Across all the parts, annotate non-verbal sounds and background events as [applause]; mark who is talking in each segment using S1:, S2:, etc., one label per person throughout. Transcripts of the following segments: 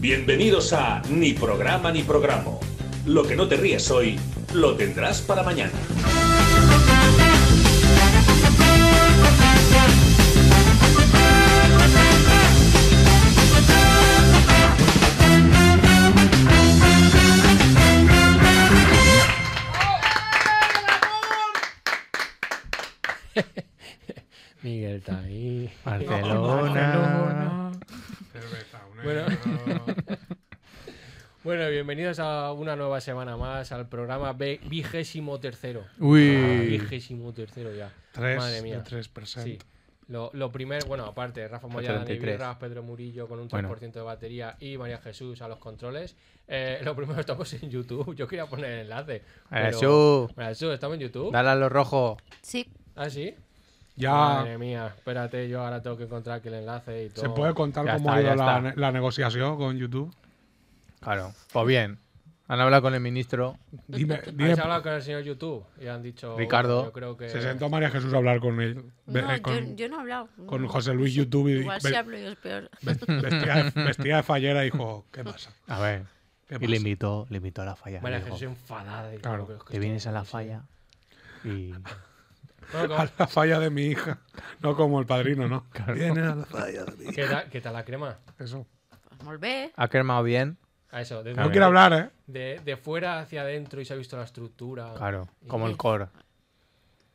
S1: Bienvenidos a Ni programa ni programa. Lo que no te ríes hoy, lo tendrás para mañana.
S2: Miguel está ahí.
S3: Barcelona.
S2: Bueno. [laughs] Bueno, bienvenidos a una nueva semana más al programa ve- vigésimo tercero. Ah,
S3: Uy.
S2: vigésimo tercero ya.
S3: Tres
S2: Madre mía.
S3: de tres
S2: Sí.
S3: percent.
S2: Lo, lo primero, bueno, aparte, Rafa Moyano, Dani
S4: 83.
S2: Birras, Pedro Murillo con un 3%
S4: Bueno.
S2: de batería y María Jesús a los controles. Eh, lo primero, estamos en YouTube. Yo quería poner el enlace.
S4: María
S2: pero-
S4: Jesús.
S2: María Jesús, estamos en YouTube.
S4: Dale a los rojos.
S5: Sí,
S2: ¿Ah, sí?
S3: Ya
S2: Madre mía, espérate, yo ahora tengo que encontrar que el enlace y todo.
S3: Ah. se puede contar
S4: Ya
S3: cómo
S4: está,
S3: ha ido
S4: ya
S3: la,
S4: está.
S3: ne- la negociación con YouTube.
S4: Claro. Pues bien. Han hablado con el ministro.
S5: [laughs]
S3: Dime, dime-
S2: Habéis hablado con el señor YouTube y han dicho.
S4: Ricardo.
S2: Yo creo que.
S3: se sentó María Jesús a hablar con él. Ve-
S5: no,
S3: eh,
S5: yo,
S3: con,
S5: yo no he hablado.
S3: con
S5: No.
S3: José Luis YouTube y
S5: Igual
S3: ve-
S5: si hablo yo es peor.
S3: ve- vestida, de, vestida de fallera dijo, "Oh, ¿qué pasa?
S4: A ver.
S3: ¿Qué
S4: Y le
S3: pasa?
S4: invitó, le invitó a la falla.
S2: María
S4: Le dijo,
S2: Jesús enfadada. y
S3: Claro.
S2: todo, que es que
S4: Te vienes a
S2: esto-
S4: la falla. Y
S2: Bueno,
S3: A la falla de mi hija. No como el padrino, ¿no? Viene a la falla de mi hija.
S2: ¿qué, tal, qué tal la crema?
S3: Eso.
S5: Volver.
S4: ha cremado bien.
S2: A eso, desde-
S3: No quiero hablar, ¿eh?
S2: de, de fuera hacia adentro y se ha visto la estructura.
S4: Claro. Como el core.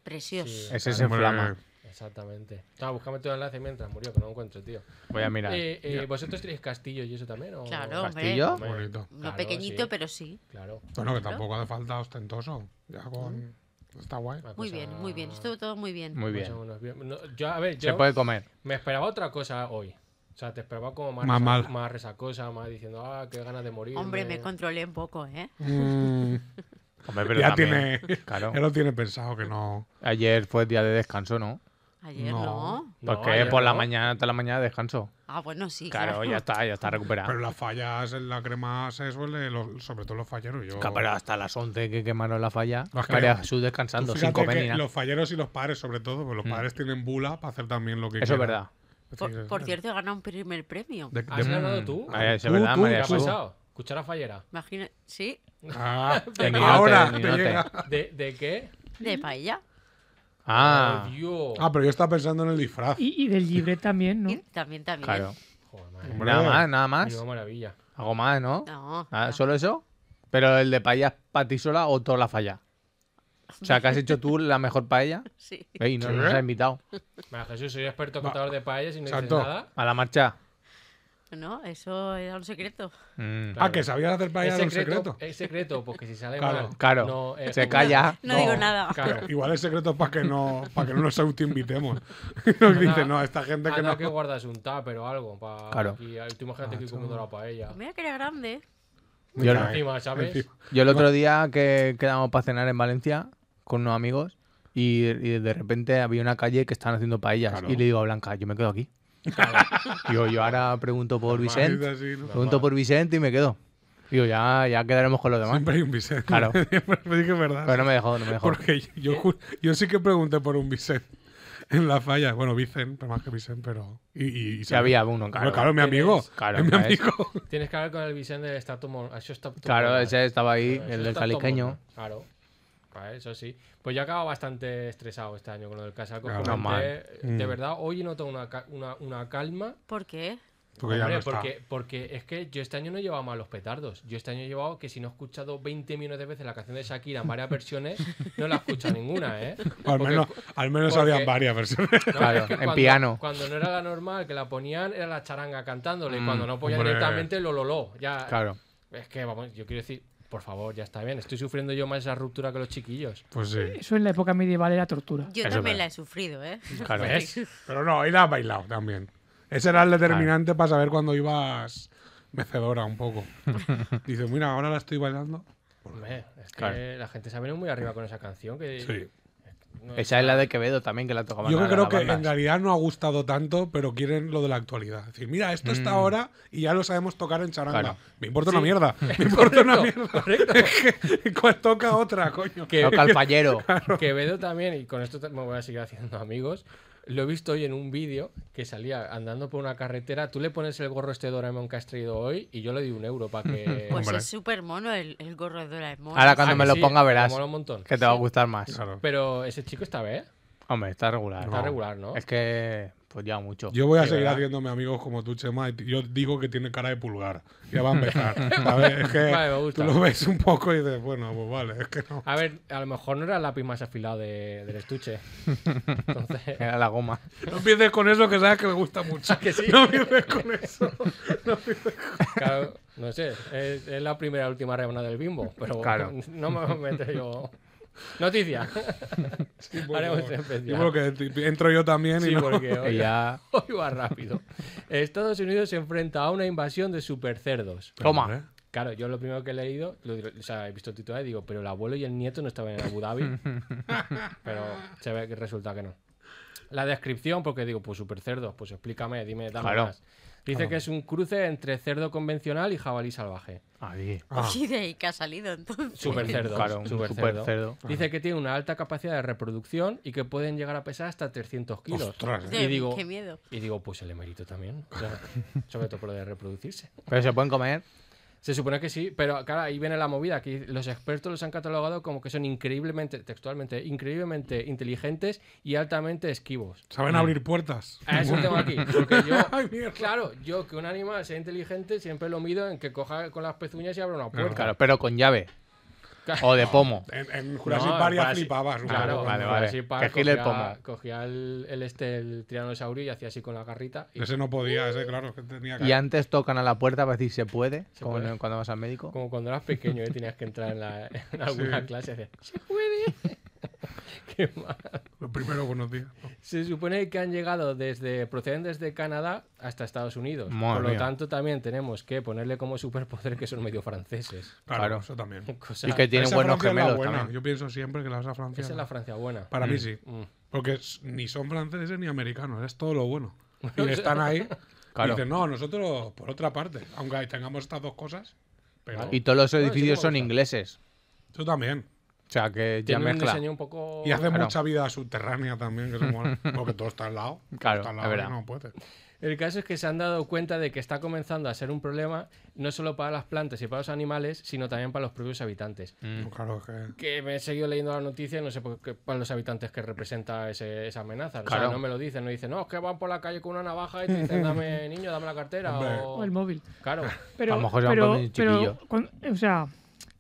S5: Precioso. Eh,
S4: Ese se
S3: Hombre.
S4: inflama.
S2: Exactamente. Ah, búscame todo el enlace mientras murió, que no lo encuentro, tío.
S4: Voy a mirar.
S2: Eh, eh, ¿Vosotros tenéis castillo y eso también? o-
S5: Claro, hombre.
S4: ¿Castillo?
S2: Hombre,
S3: Bonito.
S5: No
S2: claro,
S5: pequeñito,
S2: sí,
S5: pero sí.
S2: Claro.
S3: Bueno, que tampoco hace falta ostentoso. Ya
S5: Mm.
S3: con... Está guay.
S2: Una
S5: Muy
S2: cosa-
S5: bien, muy bien. Estuvo todo muy bien.
S4: Muy
S2: más o
S4: bien.
S2: menos bien. No, yo, a ver,
S4: Se
S2: yo
S4: puede comer.
S2: me esperaba otra cosa hoy. O sea, te esperaba como más,
S3: Más
S2: resa-
S3: mal.
S2: más resacosa, más diciendo, ah, qué ganas de morir.
S5: Hombre, me controlé un poco, ¿eh?
S3: Mm,
S4: Hombre, pero
S3: ya,
S4: también-
S3: tiene, [laughs]
S4: Claro.
S3: ya lo tiene pensado que no.
S4: Ayer fue día de descanso, ¿no?
S5: Ayer
S3: No.
S5: no.
S4: Porque por la mañana, toda la mañana descanso.
S5: Ah, bueno, sí.
S4: Claro, ya está, ya está recuperado.
S3: Pero las fallas en la crema se suele, lo- sobre todo los falleros. Yo,
S4: Ca- Pero hasta las 11 que quemaron la falla,
S3: No, es que-
S4: María Jesús
S3: Tú
S4: descansando, sin
S3: fíjate
S4: comer
S3: que
S4: ni nada.
S3: los falleros y los padres, sobre todo, porque los padres tienen bula para hacer también lo que
S4: Mm. Eso es
S3: quieran.
S4: verdad.
S3: Es decir, eh,
S5: Por, por cierto, he ganado un primer premio.
S3: de-
S2: ¿Has
S3: de-
S2: ganado tú?
S4: Ah, Eso es
S3: Tú,
S4: verdad,
S3: tú,
S2: ¿Qué
S4: María
S2: ha
S3: tú.
S4: Jesús.
S2: pasado? ¿Cuchara fallera?
S5: Imagina, sí,
S3: Ah,
S4: Ni note,
S3: ahora
S4: ni
S3: te
S4: note.
S3: llega.
S2: ¿De, de qué?
S5: de paella.
S4: Ah,
S2: Ay, Dios.
S3: Ah, pero yo estaba pensando en el disfraz.
S6: Y, y del libret también, ¿no?
S5: Y También, también.
S4: claro.
S2: Joder, madre
S3: Hombre. Ah,
S4: Nada más, nada
S2: mía,
S4: más.
S2: menuda maravilla.
S4: Algo más, ¿no?
S5: No.
S4: Ah,
S5: no.
S4: ¿Solo eso? Pero el de paella patisola o toda la falla. O sea, que has hecho tú la mejor paella.
S5: Sí.
S4: Ey, no
S3: Sí.
S4: nos has invitado.
S2: María Jesús, soy experto contador de paellas y no dices
S3: Exacto.
S2: nada.
S4: A la marcha.
S5: No, eso era un secreto.
S4: Mm,
S3: Ah, que sabías hacer paella era un secreto.
S2: Es secreto, porque si sale
S3: Claro,
S2: mal.
S4: claro.
S2: no, eh,
S4: Se calla.
S5: [laughs] No,
S2: no,
S5: digo nada.
S2: Claro.
S3: Igual el secreto es para
S4: [laughs]
S3: que no, para que no nos autoinvitemos. [laughs] Nos dice, no, esta gente que
S2: Anda
S3: no. Ah,
S2: que guardas un tupper o algo. Pa
S4: Claro.
S2: aquí. Ay, tú imagínate que comiendo la paella.
S5: Mira que era grande.
S4: Yo, no-
S2: Encima, ¿sabes?
S3: Encima.
S4: yo el otro día que quedamos para cenar en Valencia con unos amigos y, y de repente había una calle que estaban haciendo paellas.
S3: Claro.
S4: Y le digo a Blanca, yo me quedo aquí. [laughs] Digo, yo ahora pregunto por
S3: Así,
S4: Vicente.
S3: así, ¿no?
S4: Pregunto por Vicente y me quedo. Digo, ya, ya quedaremos con los demás.
S3: Siempre hay un Vicente.
S4: Claro.
S3: [laughs] Siempre me dije verdad.
S4: Pero no me dejó, no me dejó.
S3: Porque yo, ju- yo sí que pregunté por un Vicent en la falla. Bueno, Vicent, pero más que Vicent, pero. Y, y, y
S4: Si había uno, claro.
S3: Claro, claro, mi amigo.
S4: Claro,
S3: es mi
S4: claro, es-
S3: amigo.
S2: Tienes que hablar con el Vicente del Status Mon- eso está-
S4: Claro,
S2: Claro,
S4: ese estaba ahí,
S2: eso
S4: el del
S2: está
S4: caliqueño.
S2: tomo, Claro. Vale, eso sí. Pues yo acabo bastante estresado este año con lo del casaco.
S3: Claro. Mm.
S2: Comenté,
S4: Normal.
S2: eh, De verdad, hoy noto una, ca- una, una calma.
S5: ¿Por qué?
S3: Porque ya
S2: Hombre,
S3: no está.
S2: porque, porque es que yo este año no he llevado más los petardos. Yo este año he llevado que si no he escuchado 20 millones de veces la canción de Shakira en varias
S3: [laughs]
S2: versiones, no la he escuchado ninguna, ¿eh?
S3: O Pues al
S2: Porque-
S3: menos, al menos
S2: porque-
S3: habían varias versiones. [laughs]
S2: no,
S4: Claro,
S2: es que
S4: en
S2: cuando-
S4: piano.
S2: Cuando no era la normal, que la ponían, era la charanga cantándole. cuando no ponía
S3: Mm, hombre.
S2: directamente, lo lo lo. Ya,
S4: Claro.
S2: Es que, vamos, yo quiero decir, por favor, ya está bien. Estoy sufriendo yo más esa ruptura que los chiquillos.
S3: Pues sí.
S6: Eso en la época medieval era tortura.
S5: Yo
S4: Eso
S5: también
S4: es
S5: la he sufrido, ¿eh?
S4: Claro.
S2: ¿Ves?
S3: Pero no, él ha bailado también. Ese era el determinante para saber cuándo ibas mecedora un poco. Dice, mira, ahora la estoy bailando.
S2: Hombre, es que
S4: Claro.
S2: la gente se ha venido muy arriba con esa canción. Que [laughs]
S3: Sí.
S2: no es-
S4: Esa es la de Quevedo también, que la tocaba.
S3: Yo creo que en realidad no ha gustado tanto, pero quieren lo de la actualidad. Es decir, mira, esto
S2: Mm.
S3: está ahora y ya lo sabemos tocar en charanga.
S4: Claro.
S3: Me importa
S2: [laughs]
S3: una mierda. Me importa una
S2: Correcto,
S4: [laughs]
S3: mierda.
S2: correcto.
S3: ¿Cuál toca otra, coño?
S2: Que-
S3: [laughs]
S4: Toca el fallero.
S2: Quevedo también, y con esto te- me voy a seguir haciendo amigos, Lo he visto hoy en un vídeo que salía andando por una carretera. Tú le pones el gorro este Doraemon que has traído hoy y yo le doy un euro para que.
S4: [laughs]
S5: Pues
S4: Hombre.
S5: es súper mono el, el gorro de Doraemon.
S4: Ahora
S2: Ah,
S4: cuando
S2: que
S4: me lo
S2: sí,
S4: ponga
S2: me
S4: verás
S2: mola un montón.
S4: que te va a gustar más.
S3: Claro.
S2: Pero ese chico ¿eh? esta vez
S4: Hombre, está regular.
S2: está regular, ¿no?
S4: Es que pues ya mucho.
S3: Yo voy a
S2: Sí,
S3: seguir
S2: ¿verdad?
S3: haciéndome amigos como tú, Chema. Y t- yo digo que tiene cara de pulgar.
S2: [laughs]
S3: Ya va a empezar. A ver, es que
S2: Vale, me gusta.
S3: tú lo ves un poco y dices, bueno, pues vale, es que no.
S2: A ver, a lo mejor no era el lápiz más afilado de- del
S4: [laughs]
S2: estuche. Entonces,
S4: Era la goma.
S3: No empieces con eso que sabes que me gusta
S2: [laughs]
S3: mucho.
S2: que sí.
S3: No empieces con
S2: [laughs]
S3: eso.
S2: claro, no sé. Es, es la primera y última reunión del bimbo. Pero
S4: Claro.
S2: [laughs] no me meto yo.
S4: [laughs]
S2: Noticia.
S3: Sí,
S2: Haremos
S3: favor.
S2: especial.
S3: Yo creo que t- entro yo también
S2: Sí,
S3: y no.
S2: porque
S4: Que
S2: hoy,
S4: ya.
S2: [laughs] hoy va rápido. Estados Unidos se enfrenta a una invasión de supercerdos.
S3: Hombre,
S4: Toma.
S2: Claro, yo lo primero que he leído, lo- o sea, he visto titulares y digo, pero el abuelo y el nieto no estaban en Abu Dhabi.
S4: [laughs]
S2: pero se ve que resulta que no. La descripción, porque digo, pues super cerdos, pues explícame, dime, dame
S4: Claro.
S2: más. Dice que es un cruce entre cerdo convencional y jabalí salvaje.
S4: Ahí.
S3: Ah,
S5: [laughs] Y de ahí que ha
S4: [laughs]
S5: salido entonces.
S2: Super cerdo.
S4: Claro, un supercerdo.
S2: Dice que tiene una alta capacidad de reproducción y que pueden llegar a pesar hasta 300 kilos.
S3: ostras.
S5: De-
S2: Y digo-
S5: ¿eh? Qué miedo.
S2: Y digo, pues el emerito también. o sea, sobre todo por lo de reproducirse.
S4: Pero se pueden comer.
S2: Se supone que sí, pero claro, ahí viene la movida, que los expertos los han catalogado como que son increíblemente, textualmente, increíblemente inteligentes y altamente esquivos.
S3: Saben abrir puertas.
S2: Ah, Es un tema aquí, porque
S4: [laughs]
S2: yo,
S3: Ay, mierda.
S2: claro, yo que un animal sea inteligente siempre lo mido en que coja con las pezuñas y abra una puerta.
S4: Claro, pero con llave.
S2: Claro.
S4: O de pomo.
S3: En, en Jurassic
S2: No,
S3: Park ya
S2: Jurassic-
S3: flipabas. un
S2: Claro,
S3: poco.
S4: vale,
S2: cuando
S4: vale.
S2: Jurassic Park
S4: Que gire el
S2: cogía-
S4: pomo.
S2: Cogía el, el este, el tiranosaurio y hacía así con la garrita. Y
S3: Ese no podía, ese claro, que tenía que...
S4: Y antes tocan a la puerta para decir se puede,
S2: Se
S4: como
S2: puede.
S4: cuando vas al médico.
S2: Como cuando eras pequeño y tenías que entrar en,
S4: [laughs]
S2: la, en alguna
S3: Sí.
S2: clase y hacías, ¡se puede! ¡Qué mal!
S3: Lo primero, buenos días.
S2: Se supone que han llegado desde procedentes de Canadá hasta Estados Unidos.
S4: Madre
S2: Por lo
S4: mía.
S2: tanto, también tenemos que ponerle como superpoder que son medio franceses. [laughs]
S3: Claro,
S4: Claro.
S3: eso también.
S2: Cosa-
S4: y que tienen
S3: Esa
S4: buenos
S3: Francia es la
S4: gemelos
S3: buena.
S4: también.
S3: Yo pienso siempre que la vas a Francia.
S2: Esa es la Francia buena.
S3: Para mí sí.
S2: Mm.
S3: Porque s- ni son franceses ni americanos, es todo lo
S2: [laughs]
S3: bueno. Y están ahí.
S4: Claro.
S3: Y dicen, no, nosotros por otra parte, aunque ahí tengamos estas dos cosas, pero
S2: Vale.
S4: Y todos los
S2: Bueno, sí que
S4: edificios
S2: me
S4: son
S2: gusta.
S4: ingleses.
S3: eso también.
S4: O sea que ya
S2: Tienen un
S4: mezcla.
S2: diseño un poco...
S3: Y hacen
S4: Claro.
S3: mucha vida subterránea también, que
S4: [laughs]
S3: es mola. Porque todo está al lado. todo
S4: Claro,
S3: está al
S4: es
S3: lado y
S4: verdad.
S3: no puede.
S2: El caso es que se han dado cuenta de que está comenzando a ser un problema no solo para las plantas y para los animales, sino también para los propios habitantes.
S4: Mm.
S3: No, claro, es que.
S2: Que me he seguido leyendo la noticia y no sé por qué, para los habitantes que representa ese- esa amenaza. O
S4: Claro.
S2: sea, no me lo dicen, no dicen, no, es que van por la calle con una navaja y te dicen, dame [laughs] niño, dame la cartera.
S3: Hombre.
S2: o...
S6: O el móvil.
S2: Claro.
S6: Pero,
S4: A lo mejor se van
S6: pero,
S4: poniendo
S6: pero
S4: chiquillos.
S6: cuan- o sea,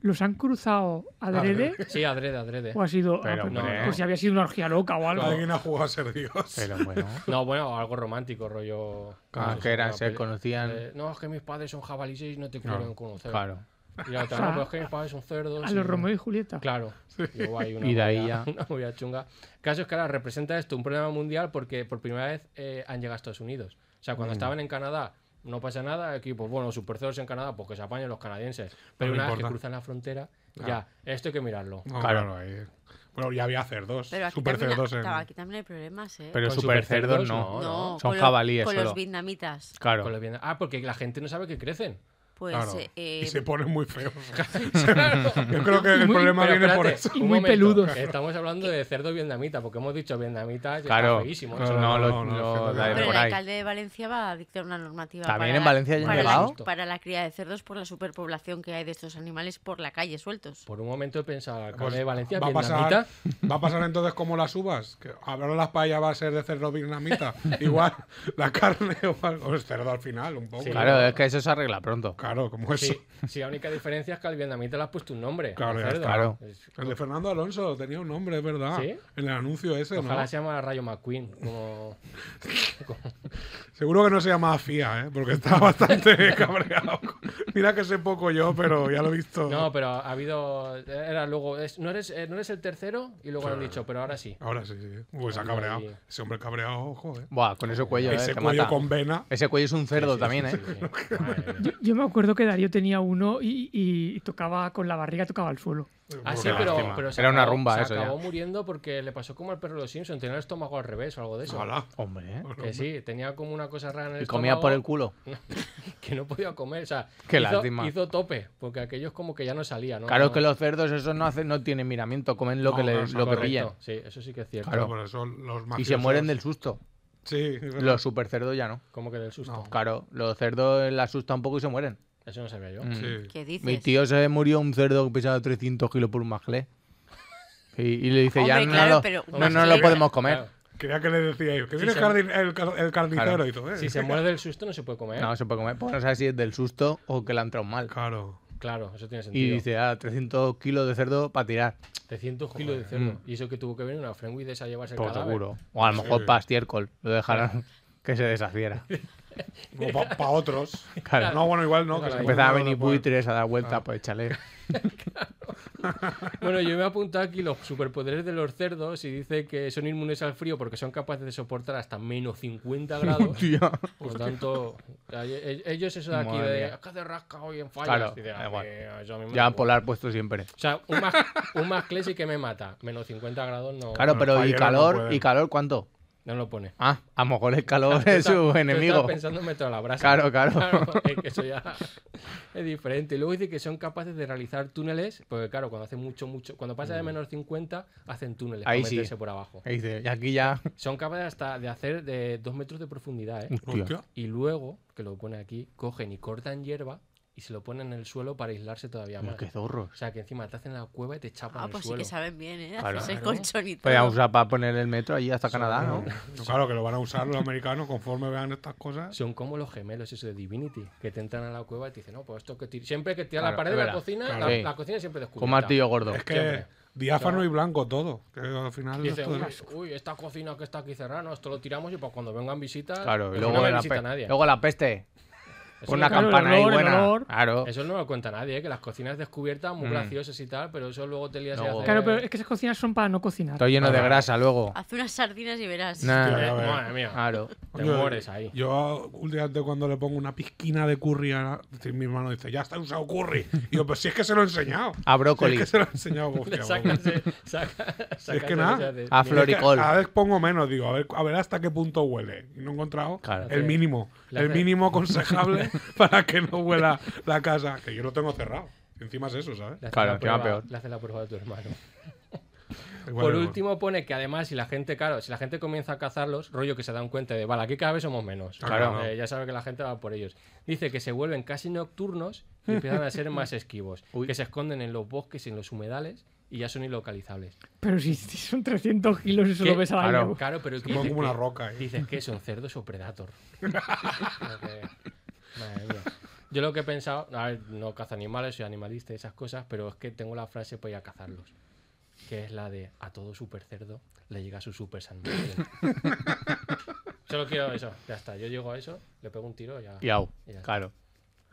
S6: ¿los han cruzado adrede?
S2: Sí, adrede, adrede.
S6: ¿O ha sido.? ah,
S4: Pero,
S6: pues,
S4: hombre.
S6: pues si había sido una orgía loca o algo.
S3: Alguien ha jugado a ser Dios.
S4: Pero bueno.
S2: No, bueno, algo romántico, rollo.
S4: Ah,
S2: no sé,
S4: que eran,
S2: una
S4: se
S2: peli-
S4: conocían.
S2: Eh, no, es que mis padres son jabalíes y no te quieren conocer.
S4: Claro.
S2: Y la otra,
S6: [laughs] O sea,
S2: no, pero es que mis padres son cerdos.
S6: A
S2: y-
S6: los Romeo y Julieta.
S2: Claro. Digo, guay, una
S4: Y de ahí
S2: movida-
S4: ya.
S2: [laughs] Una movida chunga. El caso es que ahora representa esto un problema mundial porque por primera vez eh, han llegado a Estados Unidos. O sea,
S4: Mm.
S2: cuando estaban en Canadá no pasa nada. Aquí, pues bueno, supercerdos en Canadá, pues que se apañen los canadienses. Pero
S3: No
S2: una vez
S3: importa.
S2: que cruzan la frontera,
S4: Ah.
S2: ya, esto hay que mirarlo.
S3: No,
S4: Claro.
S3: claro, ahí. Bueno, ya había cerdos.
S5: Pero aquí,
S3: Super
S5: también,
S3: cerdos en.
S5: claro, aquí también hay problemas, ¿eh?
S4: eh". Pero
S2: Con
S4: supercerdos
S2: supercerdos
S4: no.
S2: no,
S4: Son
S5: no, con los-
S4: jabalíes
S5: Con
S4: solo.
S5: los vietnamitas.
S2: Con
S4: Claro.
S2: los vietnam- Ah, porque la gente no sabe que crecen.
S5: Pues.
S3: Claro.
S5: eh,
S3: Y se ponen muy
S2: [laughs]
S3: feos.
S2: Claro.
S3: Yo creo que el
S2: Muy-
S3: problema
S2: pero
S3: viene por
S2: espérate,
S3: eso.
S6: Y
S2: un
S6: muy
S2: momento.
S6: peludos.
S2: Estamos hablando de cerdo vietnamita, porque hemos dicho vietnamita, y
S4: Claro.
S2: está feísimo.
S3: Claro.
S2: Eso no-
S4: No,
S3: no,
S4: lo-
S3: no,
S4: lo
S3: no,
S4: da
S3: no,
S5: Pero
S4: por
S5: el
S4: ahí.
S5: alcalde de Valencia va a dictar una normativa.
S4: ¿También
S5: para
S4: en Valencia ya han
S5: para
S4: llegado?
S5: La, para la cría de cerdos por la superpoblación que hay de estos animales por la calle sueltos.
S2: Por un momento he pensado, alcalde
S3: Pues
S2: de Valencia,
S3: va a
S2: vietnamita.
S3: pasar, va a pasar entonces como las uvas. Que ahora las paellas va a ser de
S2: [laughs]
S3: cerdo vietnamita. Igual la carne o algo. Es cerdo al final, un poco.
S2: Sí.
S4: Claro, es que eso se arregla pronto.
S3: Claro, como eso.
S2: Sí, sí, la única diferencia es que al vietnamita le has puesto un nombre.
S3: Claro,
S2: al
S3: ya
S2: cerdo.
S4: está. Claro.
S2: Es-
S3: El de Fernando Alonso tenía un nombre, es verdad.
S2: ¿Sí?
S3: En el anuncio ese,
S2: Ojalá
S3: ¿no?
S2: se llama Rayo McQueen, como
S3: Seguro que no se llamaba FIA, ¿eh? Porque estaba bastante [laughs] cabreado. Mira que sé poco yo, pero ya lo he visto.
S2: No, pero ha habido. Era luego. es- no, eres, eh, no eres el tercero y luego han dicho, pero ahora
S3: [laughs]
S2: sí.
S3: Ahora sí, sí. Pues ha
S2: Ahí,
S3: cabreado.
S2: ahí.
S3: Ese hombre cabreado, ojo, ¿eh?
S4: Buah, con ese cuello, eh,
S3: Ese
S4: te
S3: cuello
S4: mata.
S3: con vena.
S4: Ese cuello es un cerdo también, ¿eh?
S2: Sí, sí. Madre mía.
S6: Yo, yo me acuerdo que Darío tenía uno y, y- y tocaba con la barriga, tocaba el suelo.
S2: Ah, sí,
S4: Qué
S2: pero,
S4: lástima.
S2: pero se
S4: Era una
S2: acabó-
S4: rumba
S2: se
S4: eso ya.
S2: acabó muriendo porque le pasó como al perro de los Simpsons, tenía el estómago al revés o algo de eso.
S3: Ojalá.
S4: [laughs] Hombre, ¿eh?
S2: Que sí, tenía como una cosa rara en el
S4: Y comía por el culo.
S2: que no podía comer. O sea,
S4: Qué
S2: hizo,
S4: lástima.
S2: hizo tope, porque aquellos como que ya no salían. ¿no?
S4: Claro
S2: No-
S4: que los cerdos esos no hacen, no tienen miramiento, comen lo
S3: No,
S4: que
S3: no,
S4: les,
S3: eso
S4: lo que
S2: Ah, Correcto,
S4: pillan.
S2: Sí, eso sí que es cierto.
S3: Claro, por eso los mafiosos...
S4: Y se mueren del susto.
S3: Sí, es
S4: [laughs]
S3: verdad.
S4: Los super cerdos ya no.
S2: Como que del susto.
S3: No.
S4: Claro, los cerdos les asusta un poco y se mueren.
S2: Eso no sabía yo.
S4: Mm.
S3: Sí.
S5: ¿Qué dices?
S4: Mi tío se murió un cerdo que pesaba 300 kilos por un majlé. Y, y le dice, ya
S5: Hombre,
S4: no,
S5: claro,
S4: lo,
S5: pero un
S4: no, no
S5: majlé-
S4: lo podemos comer.
S2: Claro.
S3: Creía que le decía yo, que viene
S2: se-
S3: el, cardi- el car- el carnicero
S4: Claro.
S3: y todo, ¿eh?
S2: Si se muere del susto no se puede comer.
S4: No se puede comer. Pues no sabes si es del susto o que le ha entrado mal.
S2: [laughs]
S3: Claro.
S2: ¿eh? Claro, eso tiene
S4: Y
S2: sentido.
S4: dice, ah, 300 kilos de cerdo para tirar.
S2: 300 kilos de cerdo. Mm. Y eso que tuvo que venir una frenguides a llevarse el
S4: Por
S2: cadáver.
S4: seguro. O a lo mejor para estiércol. Lo dejarán que se deshaciera.
S3: para otros.
S4: Claro.
S3: No, bueno, igual no. que
S2: Claro,
S3: se
S4: Empezaba a
S3: mueren
S4: venir
S3: de los-
S4: buitres a dar vuelta,
S2: Ah. [laughs]
S4: pues échale.
S2: [laughs] Bueno, yo me he apuntado aquí los superpoderes de los cerdos y dice que son inmunes al frío porque son capaces de soportar hasta menos 50
S4: [laughs]
S2: grados.
S4: Tío.
S2: Por tanto, a- e- ellos eso de aquí
S4: Madre
S2: de
S4: mía.
S2: "Es que hace rasca hoy en fallas.
S4: Claro,
S2: Y de, "Ah,
S4: da igual.
S2: tío, eso a mí me da
S4: Ya
S2: igual".
S4: polar puesto siempre.
S2: O sea, un más, un más clase que me mata. Menos 50 grados no,
S4: Claro,
S3: Bueno,
S4: pero ¿y
S3: fallero no
S4: calor?
S3: pueden.
S4: ¿Y calor cuánto?
S2: no lo pone.
S4: Ah, a lo mejor
S2: [laughs]
S4: el calor es su enemigo.
S2: Estaba pensando en meter a la brasa.
S4: Claro,
S2: [laughs]
S4: claro.
S2: es que eso ya es diferente. Y luego dice que son capaces de realizar túneles, porque claro, cuando hace mucho, mucho, cuando pasa de menos 50, hacen túneles
S4: Mm. Ahí
S2: para
S4: sí. Eh.
S2: meterse por abajo.
S4: Y dice, y
S2: [laughs]
S4: aquí ya.
S2: Son capaces hasta de hacer de dos metros de profundidad, ¿eh?
S4: Hostia.
S3: Hostia.
S2: Y luego, que lo pone aquí, cogen y cortan hierba y se lo ponen en el suelo para aislarse todavía
S4: Pero
S2: más.
S4: qué zorros.
S2: O sea, que encima te hacen la cueva y te chapan
S5: Ah,
S2: el
S5: pues sí
S2: suelo.
S5: que saben bien, ¿eh?
S4: Claro.
S5: Hacerse el colchón y todo.
S4: Podríamos usar para poner el metro allí hasta Canadá, ¿no?
S3: No, Claro, que lo van a usar los americanos conforme vean estas cosas.
S2: Son como los gemelos, eso de Divinity, que te entran a la cueva y te dicen, no, pues esto que tira- siempre que tira
S4: Claro,
S2: la pared
S4: es
S2: de la
S4: verdad.
S2: cocina,
S4: Claro.
S2: la,
S4: Sí.
S2: la cocina siempre descubierta.
S4: Con martillo gordo.
S3: Es que
S2: Siempre.
S3: diáfano y blanco todo. Que al final
S2: Dice,
S3: esto
S2: uy,
S3: es-
S2: uy, esta cocina que está aquí cerrada, no, esto lo tiramos y pues cuando vengan visitas,
S4: Claro, y
S2: eso
S4: luego,
S2: no me
S4: la
S2: visita
S4: pe-
S2: nadie.
S4: luego la peste.
S2: Eso
S4: Pon
S2: no-
S4: una
S6: Claro, el
S4: campana ahí
S6: olor, el
S4: buena.
S6: olor.
S4: Claro.
S2: Eso no lo cuenta nadie, ¿eh? que las cocinas descubiertas, muy graciosas y tal, pero eso luego te lías y
S4: Mm. Luego-
S2: haces- eh,
S6: Claro, pero es que esas cocinas son para no cocinar.
S4: Eh. Estoy lleno de grasa luego.
S2: Ah,
S5: Haz unas sardinas y verás.
S4: Nah,
S2: Eh,
S3: a ver.
S2: Madre mía, [laughs]
S4: Claro.
S2: te
S3: Yo-
S2: mueres ahí.
S3: eh, Yo últimamente cuando le pongo una pizquina de curry, a la- dice, mi hermano dice, ya está usado curry. Y yo, pues si es que se lo he enseñado.
S4: A
S3: Si
S4: brócoli.
S3: es que se lo he
S2: [laughs]
S3: enseñado. hostia,
S2: Sacas, eh, saca- sacas
S3: que
S2: lo
S3: nada.
S2: se hace.
S4: A
S2: Mira,
S3: Es que
S4: Floricol.
S3: Cada vez pongo menos, digo, a ver, a ver hasta qué punto huele. Y no he encontrado
S4: Claro.
S3: el mínimo,
S2: Le
S3: el
S2: hace- [laughs]
S3: mínimo aconsejable para que no huela la casa, que yo lo tengo cerrado. Encima es eso, ¿sabes?
S2: le haces
S4: Claro,
S2: la
S4: encima
S2: prueba-
S4: peor.
S2: Le haces la prueba de tu hermano.
S3: Igual
S2: Por
S3: no.
S2: último pone que además si la gente, claro, si la gente comienza a cazarlos, rollo que se dan cuenta de, vale, aquí cada vez somos menos.
S3: Claro.
S2: Eh, ya sabe que la gente va por ellos. Dice que se vuelven casi nocturnos y empiezan a ser más esquivos,
S4: Uy.
S2: que se esconden en los bosques y en los humedales y ya son ilocalizables.
S6: Pero si, si son 300 kilos, eso
S2: ¿Qué?
S6: lo ves al año.
S4: Claro.
S2: Claro, pero
S3: ponen como una roca ahí.
S2: dices que son cerdos o predator. [laughs] Lo que- madre mía. Yo lo que he pensado, a ver, no caza animales, soy animalista y esas cosas, pero es que tengo la frase para ir a cazarlos. Que es la de a todo super cerdo le llega su super
S7: [laughs]
S2: San Martín". Solo quiero eso, ya está. Yo llego a eso, le pego un tiro y ya.
S4: Y au.
S2: Y ya está.
S4: Claro.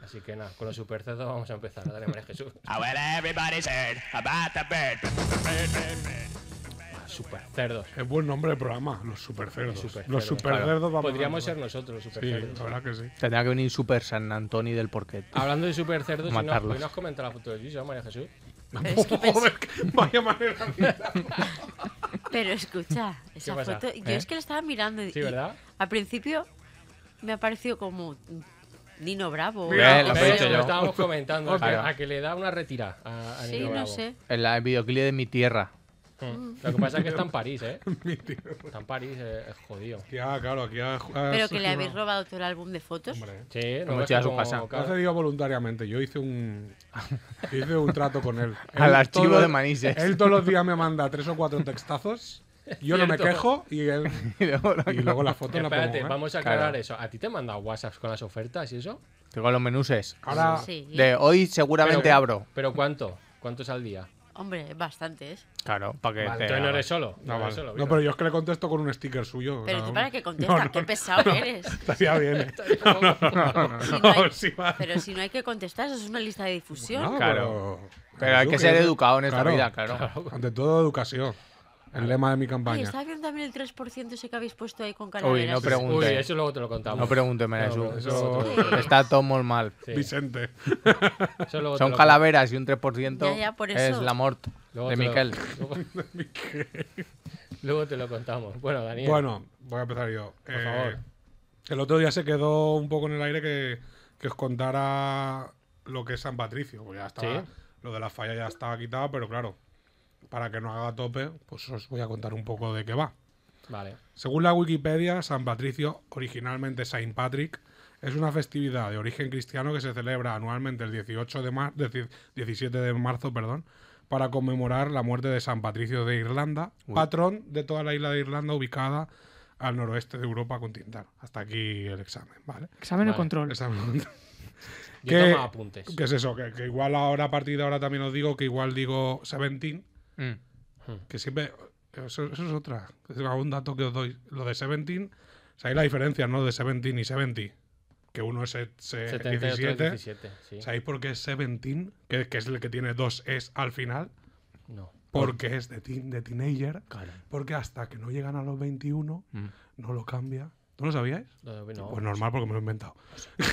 S2: Así que nada, con los super cerdos vamos a empezar. Dale,
S7: [laughs]
S2: María Jesús.
S7: I want everybody's heard about the bird. bird, bird, bird.
S2: Ah, Super cerdos.
S3: Es buen nombre de programa, los supercerdos.
S2: Supercerdos,
S3: los supercerdos vamos a-
S2: Podríamos ser nosotros, super
S3: Sí,
S2: cerdos.
S3: la verdad que sí. [laughs]
S4: Tendrá que venir Super San Antoni del Porquet.
S2: Hablando de super cerdos, si nos,
S4: Matarlos.
S2: hoy nos comenta la foto del Yuyo, María Jesús.
S5: Pero,
S4: [laughs]
S5: es que pens-
S3: Joder, que- vaya manera. de-
S5: pero escucha, esa
S2: pasa?
S5: foto. Yo
S4: ¿Eh?
S5: es que la estaba mirando y,
S2: Sí, ¿verdad?
S5: y al principio me ha parecido como Nino Bravo.
S4: Mira,
S5: o
S4: Eh, la
S5: algo
S2: Eso,
S4: he
S5: así.
S4: dicho
S2: lo
S4: yo.
S2: estábamos comentando, a que-
S4: Claro.
S2: a que le da una retira a, a
S5: Sí,
S2: Nino
S5: no
S2: Bravo.
S5: sé.
S4: En la videoclip de mi tierra. [laughs]
S2: Mm. Lo que pasa es que está en París, [laughs] ¿eh? Está en París, eh, es jodido.
S3: Ya, claro, aquí ha, ha
S5: Pero que le
S3: surgido-
S5: habéis robado todo el álbum de fotos.
S3: Hombre, eh,
S2: Sí, no
S4: Hemos
S2: ves
S4: ido a
S2: que
S4: su
S2: como-
S4: casa.
S3: Lo ha
S2: claro,
S3: cedido voluntariamente. Yo hice un, [laughs] yo hice un trato con
S4: [laughs]
S3: él.
S4: Al
S3: Él
S4: archivo
S3: todos-
S4: de Manises.
S3: Él todos los días me manda tres o cuatro
S4: [laughs]
S3: textazos. Yo no me
S2: Cierto.
S3: quejo y él.
S4: Y luego la-
S3: Y luego la foto la
S2: Espérate,
S3: pongo. ¿eh?
S2: vamos a aclarar
S4: Claro.
S2: eso. ¿A ti te han mandado WhatsApps con las ofertas y eso?
S4: Tengo los menuses.
S3: Ahora,
S5: Sí,
S4: Ah,
S5: eh,
S4: De hoy seguramente
S2: Pero-
S4: abro.
S2: ¿Pero cuánto? ¿Cuántos al día?
S5: hombre, ¿eh? bastantes.
S4: Claro, para que
S2: Vale,
S4: te-
S2: entonces no eres solo. No,
S3: no,
S2: eres
S3: vale.
S2: solo,
S3: No,
S2: mira.
S3: pero yo es que le contesto con un sticker suyo. cada
S5: Pero tú
S3: uno.
S5: para qué contestas, qué pesado que
S3: [laughs]
S5: eres.
S3: Estaría bien. ¿eh?
S5: Si no hay-
S3: Sí, va.
S5: pero si no hay que contestar, eso es una lista de difusión.
S3: No,
S4: Claro.
S3: pero-
S4: Pero hay que ser
S3: Eduque-
S4: educado en esta
S3: Claro.
S4: vida, claro.
S3: Ante todo, educación. El lema de mi
S5: Oye,
S3: campaña.
S5: estaba viendo también el 3% ese que habéis puesto ahí con calaveras.
S4: Uy, no pregunto.
S2: Uy, eso luego te lo contamos.
S4: No preguntes,
S2: No,
S4: eso.
S2: pero eso luego te lo-
S5: Eso-
S4: Está todo muy mal.
S2: sí,
S3: Vicente.
S2: eso luego te
S4: Son
S2: lo-
S4: calaveras y un 3%
S5: Ya, ya, por
S4: es
S5: eso.
S4: la mort
S2: luego
S4: de
S2: te lo-
S4: Miquel.
S2: [laughs] Luego te lo contamos. Bueno, Daniel.
S3: Bueno, voy a empezar yo. Eh,
S2: favor.
S3: El otro día se quedó un poco en el aire que que os contara lo que es San Patricio. Pues ya estaba,
S2: Sí.
S3: Lo de la falla ya estaba quitado, pero claro, para que no haga tope, pues os voy a contar un poco de qué va.
S2: Vale.
S3: Según la Wikipedia, San Patricio, originalmente Saint Patrick, es una festividad de origen cristiano que se celebra anualmente el 18 de mar- deci- 17 de marzo perdón, para conmemorar la muerte de San Patricio de Irlanda, patrón de toda la isla de Irlanda ubicada al noroeste de Europa continental. Hasta aquí el examen, ¿vale?
S6: Examen
S2: Vale.
S6: o control.
S3: Examen.
S2: Yo
S3: ¿Qué-
S2: tomo apuntes.
S3: ¿Qué es eso? Que, que igual ahora, a partir de ahora también os digo que igual digo Seventeen,
S4: Mm.
S3: que siempre. Eso, eso es otra. Es un dato que os doy. Lo de Seventeen, sabéis la diferencia, ¿no? De Seventeen y Seventy. Que uno es se- se-
S2: 70 y otro es
S3: 17.
S2: 17, sí.
S3: ¿Sabéis por qué es Seventeen? Que, que es el que tiene dos es al final.
S2: No.
S3: Porque es de, teen, de teenager.
S2: Claro.
S3: Porque hasta que no llegan a los 21, no lo cambia. ¿No lo sabíais?
S2: No, no.
S3: Pues normal, porque me lo he inventado. [laughs]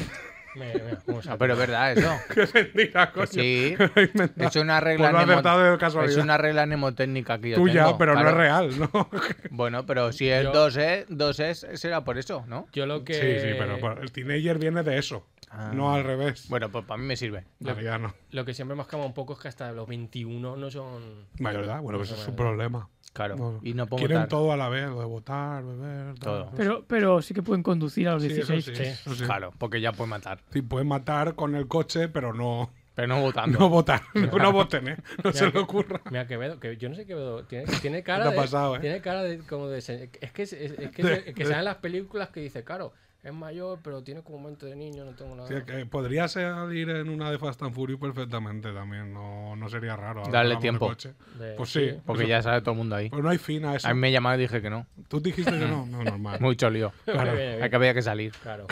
S2: Mira, mira, cómo se
S4: No, pero es verdad eso.
S3: ¡Qué mentira, [laughs] coño! [laughs]
S4: Sí.
S3: Me lo he inventado.
S4: Es una regla
S3: Pues lo he
S4: nemo-
S3: acertado de casualidad.
S4: Es una regla mnemotécnica que yo
S3: Tuya,
S4: tengo,
S3: pero no es
S4: claro.
S3: real, ¿no? [laughs]
S4: Bueno, pero si es
S2: Yo-
S4: 2 es, 2 es, será por eso, ¿no?
S2: Yo lo que.
S3: Sí, sí, pero bueno, el teenager viene de eso, no al revés.
S4: Bueno, pues para mí me sirve.
S3: En realidad no.
S2: Lo que siempre me escama un poco es que hasta los 21 no son.
S3: Mayor edad, bueno, pues eso es un problema.
S4: Claro. Y no puedo
S3: Quieren
S4: votar.
S3: todo a la vez, lo de votar, beber,
S4: Todo.
S3: tal.
S6: Pero, pero sí que pueden conducir a los
S3: Sí, eso
S6: 16.
S3: sí,
S2: Sí.
S3: eso sí.
S4: Claro, porque ya puede matar.
S3: Sí, pueden matar con el coche, pero no,
S4: Pero Ah, no
S3: [laughs]
S4: votando.
S3: no votar. No, no
S4: [laughs]
S3: voten, ¿eh? No se le ocurra.
S2: Mira, Quevedo, que yo no sé Quevedo. Tiene, tiene cara.
S3: Te ha
S2: de,
S3: pasado, ¿eh?
S2: Tiene cara de, como de. se- Es que, es, es que,
S3: De-
S2: que
S3: de-
S2: salen las películas que dice, claro, es mayor, pero tiene como un momento de niño, no tengo nada.
S3: O sea, que podría salir en una de Fast and Furious perfectamente también, no, no sería raro. ahora que
S4: Darle
S3: hablamos de
S4: tiempo.
S3: coche.
S2: De-
S3: Pues sí,
S4: Porque ya sabe todo el mundo ahí.
S3: pues no hay fin a eso.
S4: A mí me llamaron y dije que no.
S3: Tú dijiste que no, no, normal.
S4: Mucho lío.
S3: [laughs]
S2: Claro.
S4: Hay que había que salir.
S2: Claro.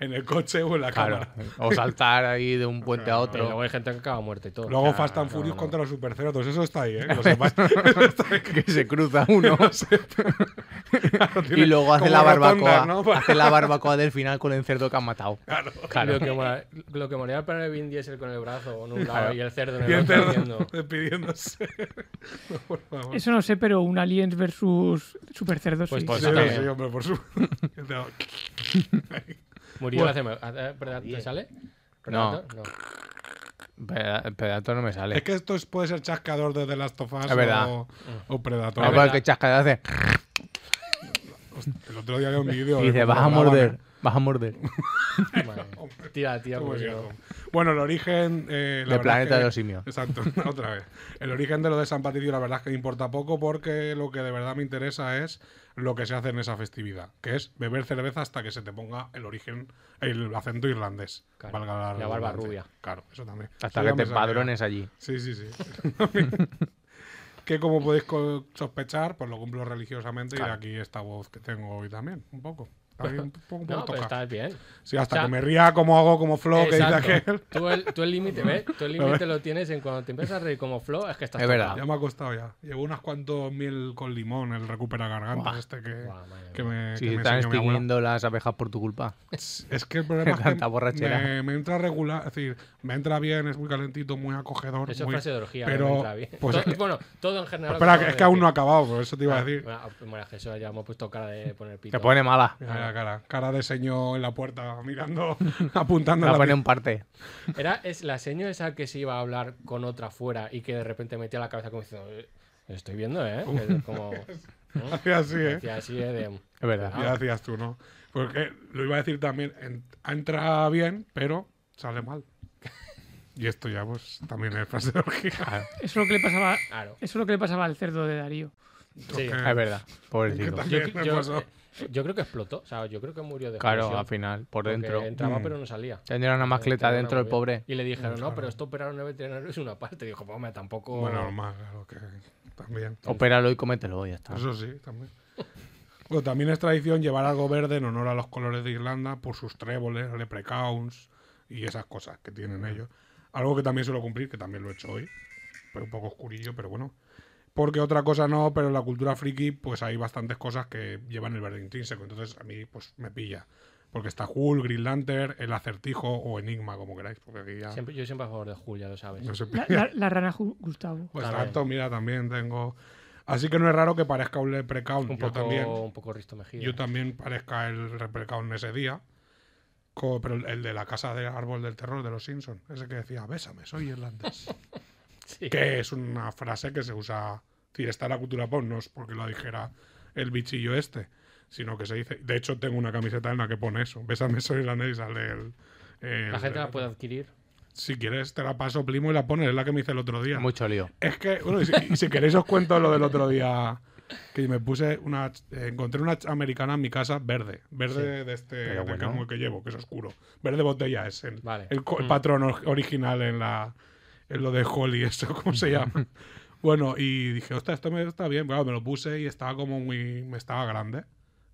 S3: En el coche o en la
S4: Claro.
S3: cámara.
S4: O saltar ahí de un puente a
S2: Y luego
S4: otro.
S2: hay gente que acaba muerta y todo.
S3: Luego
S2: Claro,
S3: Fast and
S2: no, no.
S3: Furious contra los supercerdos, eso está ahí, ¿eh?
S4: [laughs]
S3: Que lo sepáis.
S4: Que se cruza
S3: [laughs]
S4: uno. y
S3: Tiene
S4: luego hace
S3: como
S4: la
S3: rotondas,
S4: barbacoa.
S3: ¿no?
S4: [laughs]
S3: Para-
S4: Hace la barbacoa del final con el cerdo que han matado.
S3: Claro.
S4: Claro.
S2: Lo que, mola- lo que molaría para el Vin Diesel con el brazo en un lado
S4: Claro.
S2: y el cerdo en
S3: Y
S2: el
S3: el
S2: otro
S3: cerdo
S2: haciendo-
S3: despidiéndose. [laughs] No, por favor.
S6: Eso no sé, pero un Aliens versus Super Cerdos.
S2: Pues-
S6: sí.
S2: pues-
S3: sí,
S2: también.
S3: sí, hombre,
S4: [laughs]
S3: por supuesto.
S2: Murió hace. hace- eh, ¿verdad? ¿Te sale?
S4: No.
S2: ¿Renato?
S4: Peda- El pedato no me
S3: es
S4: sale.
S3: que esto es- puede ser chascador de The Last of Us
S4: Es verdad.
S3: o, o Predator.
S4: No, pero que chasca hace.
S3: El otro día había un vídeo.
S4: Y
S3: de
S4: dice,
S3: cómo
S4: vas a
S3: grababan,
S4: morder.
S3: ¿eh?
S4: Vas a morder.
S2: Madre mía. Tira, tira.
S3: Cómo
S2: porque
S3: decía
S2: no.
S3: cómo. Bueno, el origen. eh,
S4: De
S3: la verdad
S4: Planeta
S3: es que-
S4: de los Simios.
S3: Exacto, [laughs] otra vez. El origen de lo de San Patricio, la verdad es que me importa poco porque lo que de verdad me interesa es lo que se hace en esa festividad, que es beber cerveza hasta que se te ponga el origen, el acento irlandés.
S2: Claro,
S3: valga la,
S2: la barba
S3: redundancia.
S2: rubia.
S3: Claro, eso también.
S4: Hasta
S3: Eso
S4: que
S3: ya
S4: te
S3: me sabía.
S4: empadrones allí.
S3: Sí, sí, [laughs] sí. que como podéis co- sospechar, pues lo cumplo religiosamente y
S4: Claro.
S3: aquí esta voz que tengo hoy también,
S4: [laughs]
S3: un poco. También un poco, un poco
S2: No, pero
S3: toca.
S2: estás bien.
S3: Sí,
S2: o
S3: hasta
S2: sea,
S3: que me ría como hago como Flo,
S2: Exacto.
S3: que
S2: [laughs]
S3: dice aquel.
S2: Tú el tú el
S4: [laughs]
S2: límite, ¿ves? Tú el límite lo tienes en cuando te empiezas a reír como flow, es que estás.
S4: Es verdad.
S3: Ya me ha costado ya. Llevo unas cuantos miel con limón, el recupera gargantas este que,
S2: Guau, madre
S3: que me,
S4: Si
S3: que
S4: se están
S3: me enseñó mi abuela.
S4: extinguiendo las abejas por tu culpa.
S3: Es que el
S4: [laughs]
S3: problema es que
S4: Tanta borrachera.
S3: Me, me entra regular, es decir, me entra bien, es muy calentito, muy acogedor.
S2: Eso es
S3: muy-
S2: frase de orgía.
S3: pero,
S2: me entra bien.
S3: pues
S2: [laughs] Todo-
S3: es que-
S2: Bueno, todo en general.
S3: [laughs] Espera,
S2: todo
S3: que- es
S2: de
S3: que aún
S2: decir.
S3: no ha acabado, por eso te iba a decir.
S2: Ah, bueno, bueno, Jesús, ya hemos puesto cara de poner pito.
S4: Te pone mala.
S3: Mira la cara, cara de señor en la puerta, mirando, [laughs] apuntando
S4: Te va a
S3: la
S4: poner un parte.
S2: Era es la seño esa que se iba a hablar con otra fuera y que de repente metía la cabeza como diciendo, "Eh, estoy viendo, ¿eh? Es
S3: [laughs]
S2: como... ¿no?
S3: Hacía así, ¿eh?
S2: Decía así, ¿eh? De,
S4: Es verdad.
S3: Ya decías tú, ¿no? Porque lo iba a decir también, en- entra bien, pero sale mal. [laughs] Y esto ya, pues, también es frase
S4: [laughs]
S3: de
S4: Ah,
S3: orgía.
S6: Eso es lo que le pasaba.
S2: claro.
S6: Eso es lo que le pasaba al cerdo de Darío.
S2: Sí.
S3: Ok.
S4: Es
S3: [laughs]
S4: verdad.
S3: Que
S4: Pobrecito.
S2: Yo,
S3: también me
S2: yo-
S3: pasó.
S2: yo creo que explotó, o sea, yo creo que murió de
S4: Claro,
S2: explosión,
S4: al final, por
S2: porque
S4: dentro.
S2: Entraba
S4: Mm.
S2: pero no salía.
S4: Tendría una mascleta
S2: Entraba
S4: dentro el
S2: muy
S4: pobre.
S2: bien. Y le dijeron, no, pero esto operaron el veterinario es una parte. Dijo, pues, hombre, tampoco...
S3: Bueno, normal, claro que también.
S4: Opéralo y comételo, y ya está.
S3: Eso sí, también. [laughs] Bueno, también es tradición llevar algo verde en honor a los colores de Irlanda por sus tréboles, leprechauns y esas cosas que tienen ellos. Algo que también suelo cumplir, que también lo he hecho hoy. Pero un poco oscurillo, pero bueno. Porque otra cosa no, pero en la cultura friki, pues hay bastantes cosas que llevan el verde intrínseco. Entonces a mí, pues me pilla. Porque está Hulk, Green Lantern, el acertijo o enigma, como queráis. Porque aquí ya. Pues,
S2: Siempre, yo siempre a favor de Julia, lo sabes.
S3: no se [laughs]
S6: La, la- la rana Ju- Gustavo.
S3: Pues
S2: También.
S3: tanto, mira, también tengo. Así que no es raro que parezca un leprechaun.
S2: Un
S3: yo
S2: poco,
S3: también.
S2: un poco Risto Mejía.
S3: Yo también parezca el leprechaun ese día. Co- Pero el- el de la casa del árbol del terror de los Simpsons, ese que decía, bésame, soy irlandés.
S2: [laughs] Sí.
S3: que es una frase que se usa. es decir, está en la cultura pop, no es porque lo dijera el bichillo este, sino que se dice. De hecho, tengo una camiseta en la que pone eso. Bésame, soy irlandés y sale el. el-
S2: La gente la puede adquirir.
S3: Si quieres, te la paso, primo, y la pones. Es la que me hice el otro día.
S4: Mucho lío.
S3: Es que, bueno, y si, y si queréis os cuento lo del otro día. Que me puse una. ch- eh, encontré una ch- americana en mi casa verde. Verde de este
S4: Pero
S3: de que-
S4: bueno. Mm.
S3: como el que llevo, que es oscuro. Verde botella es el,
S2: Vale.
S3: el, co- el patrón or- original en la en lo de Holly, [laughs] eso, ¿cómo se llama? bueno, y dije, hostia, esto me está bien. Claro, me lo puse y estaba como muy. Me estaba grande.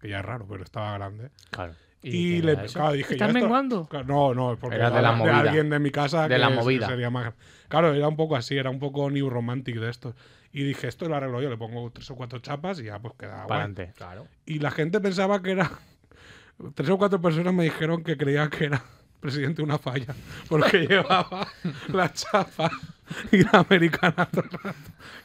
S3: Que ya es raro, pero estaba grande.
S4: Claro.
S3: Y,
S2: quién
S3: le
S2: era eso?
S3: claro, dije, ya
S6: ¿Estás
S3: esto-
S6: menguando?
S3: Claro, No, no, porque
S4: Era de la movida.
S3: alguien de mi casa
S4: De
S3: que
S4: la
S3: es- que
S4: movida.
S3: sería más- Claro, era un poco así, era un poco new romantic de esto. Y dije, esto lo arreglo yo, le pongo tres o cuatro chapas y ya pues queda
S4: Para
S3: guay.
S4: adelante.
S2: Claro.
S3: Y la gente pensaba que era tres o cuatro personas me dijeron que creían que era presidente de una falla porque [laughs] llevaba la chapa y la americana todo el rato.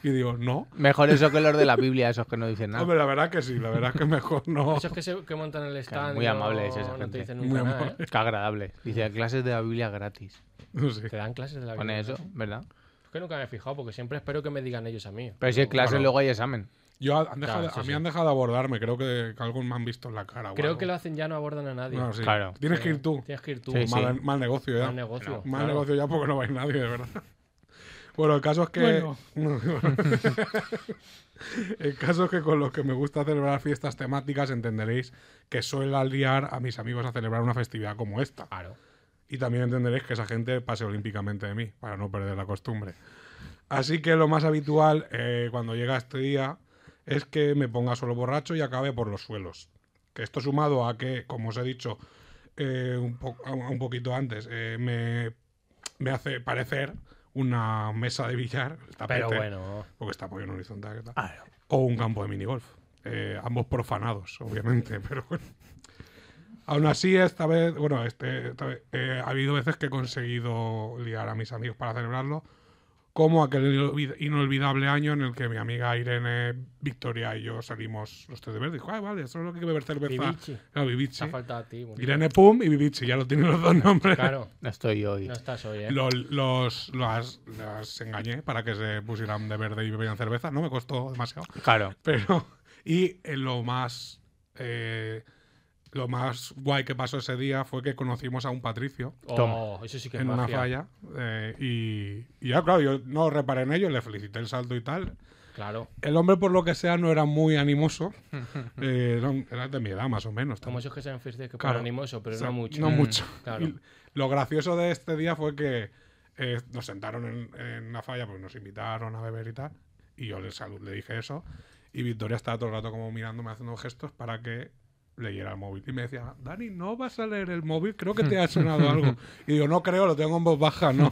S3: Y digo, no.
S4: Mejor eso que los de la
S3: [laughs]
S4: Biblia, esos que no dicen nada.
S3: Hombre, la verdad que sí, la verdad que mejor no.
S2: Esos que, se, que montan el stand.
S4: muy
S2: y no-
S4: amables esa
S2: No
S4: gente.
S2: te dicen
S3: Muy
S2: nunca nada,
S3: amables.
S2: ¿eh?
S4: Qué agradable. Dice clases de la Biblia gratis.
S3: No sé.
S2: Te dan clases de la
S4: Pone
S2: Biblia,
S4: eso,
S2: ¿no?
S4: ¿verdad?
S2: Es que nunca me he fijado porque siempre espero que me digan ellos a mí.
S4: Pero si es clase,
S3: Bueno.
S4: luego hay examen.
S3: Yo han dejado-
S2: Claro, sí,
S3: a mí
S2: sí.
S3: han dejado de abordarme, creo que, que algo me han visto en la cara. o
S2: Creo
S3: algo.
S2: que lo hacen ya, no abordan a nadie.
S3: No, sí.
S4: Claro.
S3: Tienes que ir tú.
S2: Tienes que ir tú.
S4: Sí, sí.
S3: Mal, mal negocio ya.
S2: Mal negocio,
S3: Mal
S2: claro.
S3: negocio ya porque no vais nadie, de verdad. [laughs] Bueno, el caso es que. [laughs]
S6: Bueno.
S3: el caso es que con los que me gusta celebrar fiestas temáticas entenderéis que suelo aliar a mis amigos a celebrar una festividad como esta.
S2: Claro.
S3: Y también entenderéis que esa gente pase olímpicamente de mí, para no perder la costumbre. Así que lo más habitual eh, cuando llega este día es que me ponga solo borracho y acabe por los suelos. Que esto sumado a que, como os he dicho eh, un, po- a- un poquito antes, eh, me, me hace parecer una mesa de billar, el tapete,
S2: Pero bueno.
S3: porque está apoyado en horizontal, ¿qué tal? o un campo de minigolf. Eh, ambos profanados, obviamente, [laughs] pero bueno. Aún así, esta vez, bueno, este, esta vez, eh, ha habido veces que he conseguido liar a mis amigos para celebrarlo, como aquel inolvi- inolvidable año en el que mi amiga Irene Victoria y yo salimos los tres de verde. Dijo, ah, vale, solo hay que beber cerveza.
S2: Bibichi.
S3: Claro, Bibichi.
S2: Te ha faltado a ti. bueno.
S3: Irene Pum y Bibichi, ya lo tienen los dos nombres.
S2: Claro.
S4: No estoy hoy.
S2: No estás hoy, ¿eh?
S3: Lo- los, las, las engañé para que se pusieran de verde y bebieran cerveza. No me costó demasiado.
S4: Claro.
S3: Pero, [laughs] y eh, lo más. eh, lo más guay que pasó ese día fue que conocimos a un Patricio
S2: Oh,
S4: Toma.
S2: eso sí que es
S3: en una
S2: magia.
S3: falla. eh, y, y ya, claro, yo no reparé en ello, le felicité el salto y tal.
S2: Claro.
S3: El hombre, por lo que sea, no era
S2: [laughs]
S3: muy animoso. eh, era, un- era de mi edad, más o menos.
S2: Como
S3: tampoco.
S2: esos que se han fiestas que
S3: Claro.
S2: ponen animoso, pero
S3: O sea,
S2: no mucho.
S3: No mucho.
S2: [laughs] claro.
S3: Y Lo gracioso de este día fue que eh, nos sentaron en, en una falla porque nos invitaron a beber y tal. Y yo le, salu- le dije eso. Y Victoria estaba todo el rato como mirándome, haciendo gestos para que leyera el móvil. Y me decía, Dani, no vas a leer el móvil, creo que te ha sonado algo. Y digo, no creo, lo tengo en voz
S2: [laughs]
S3: baja, no.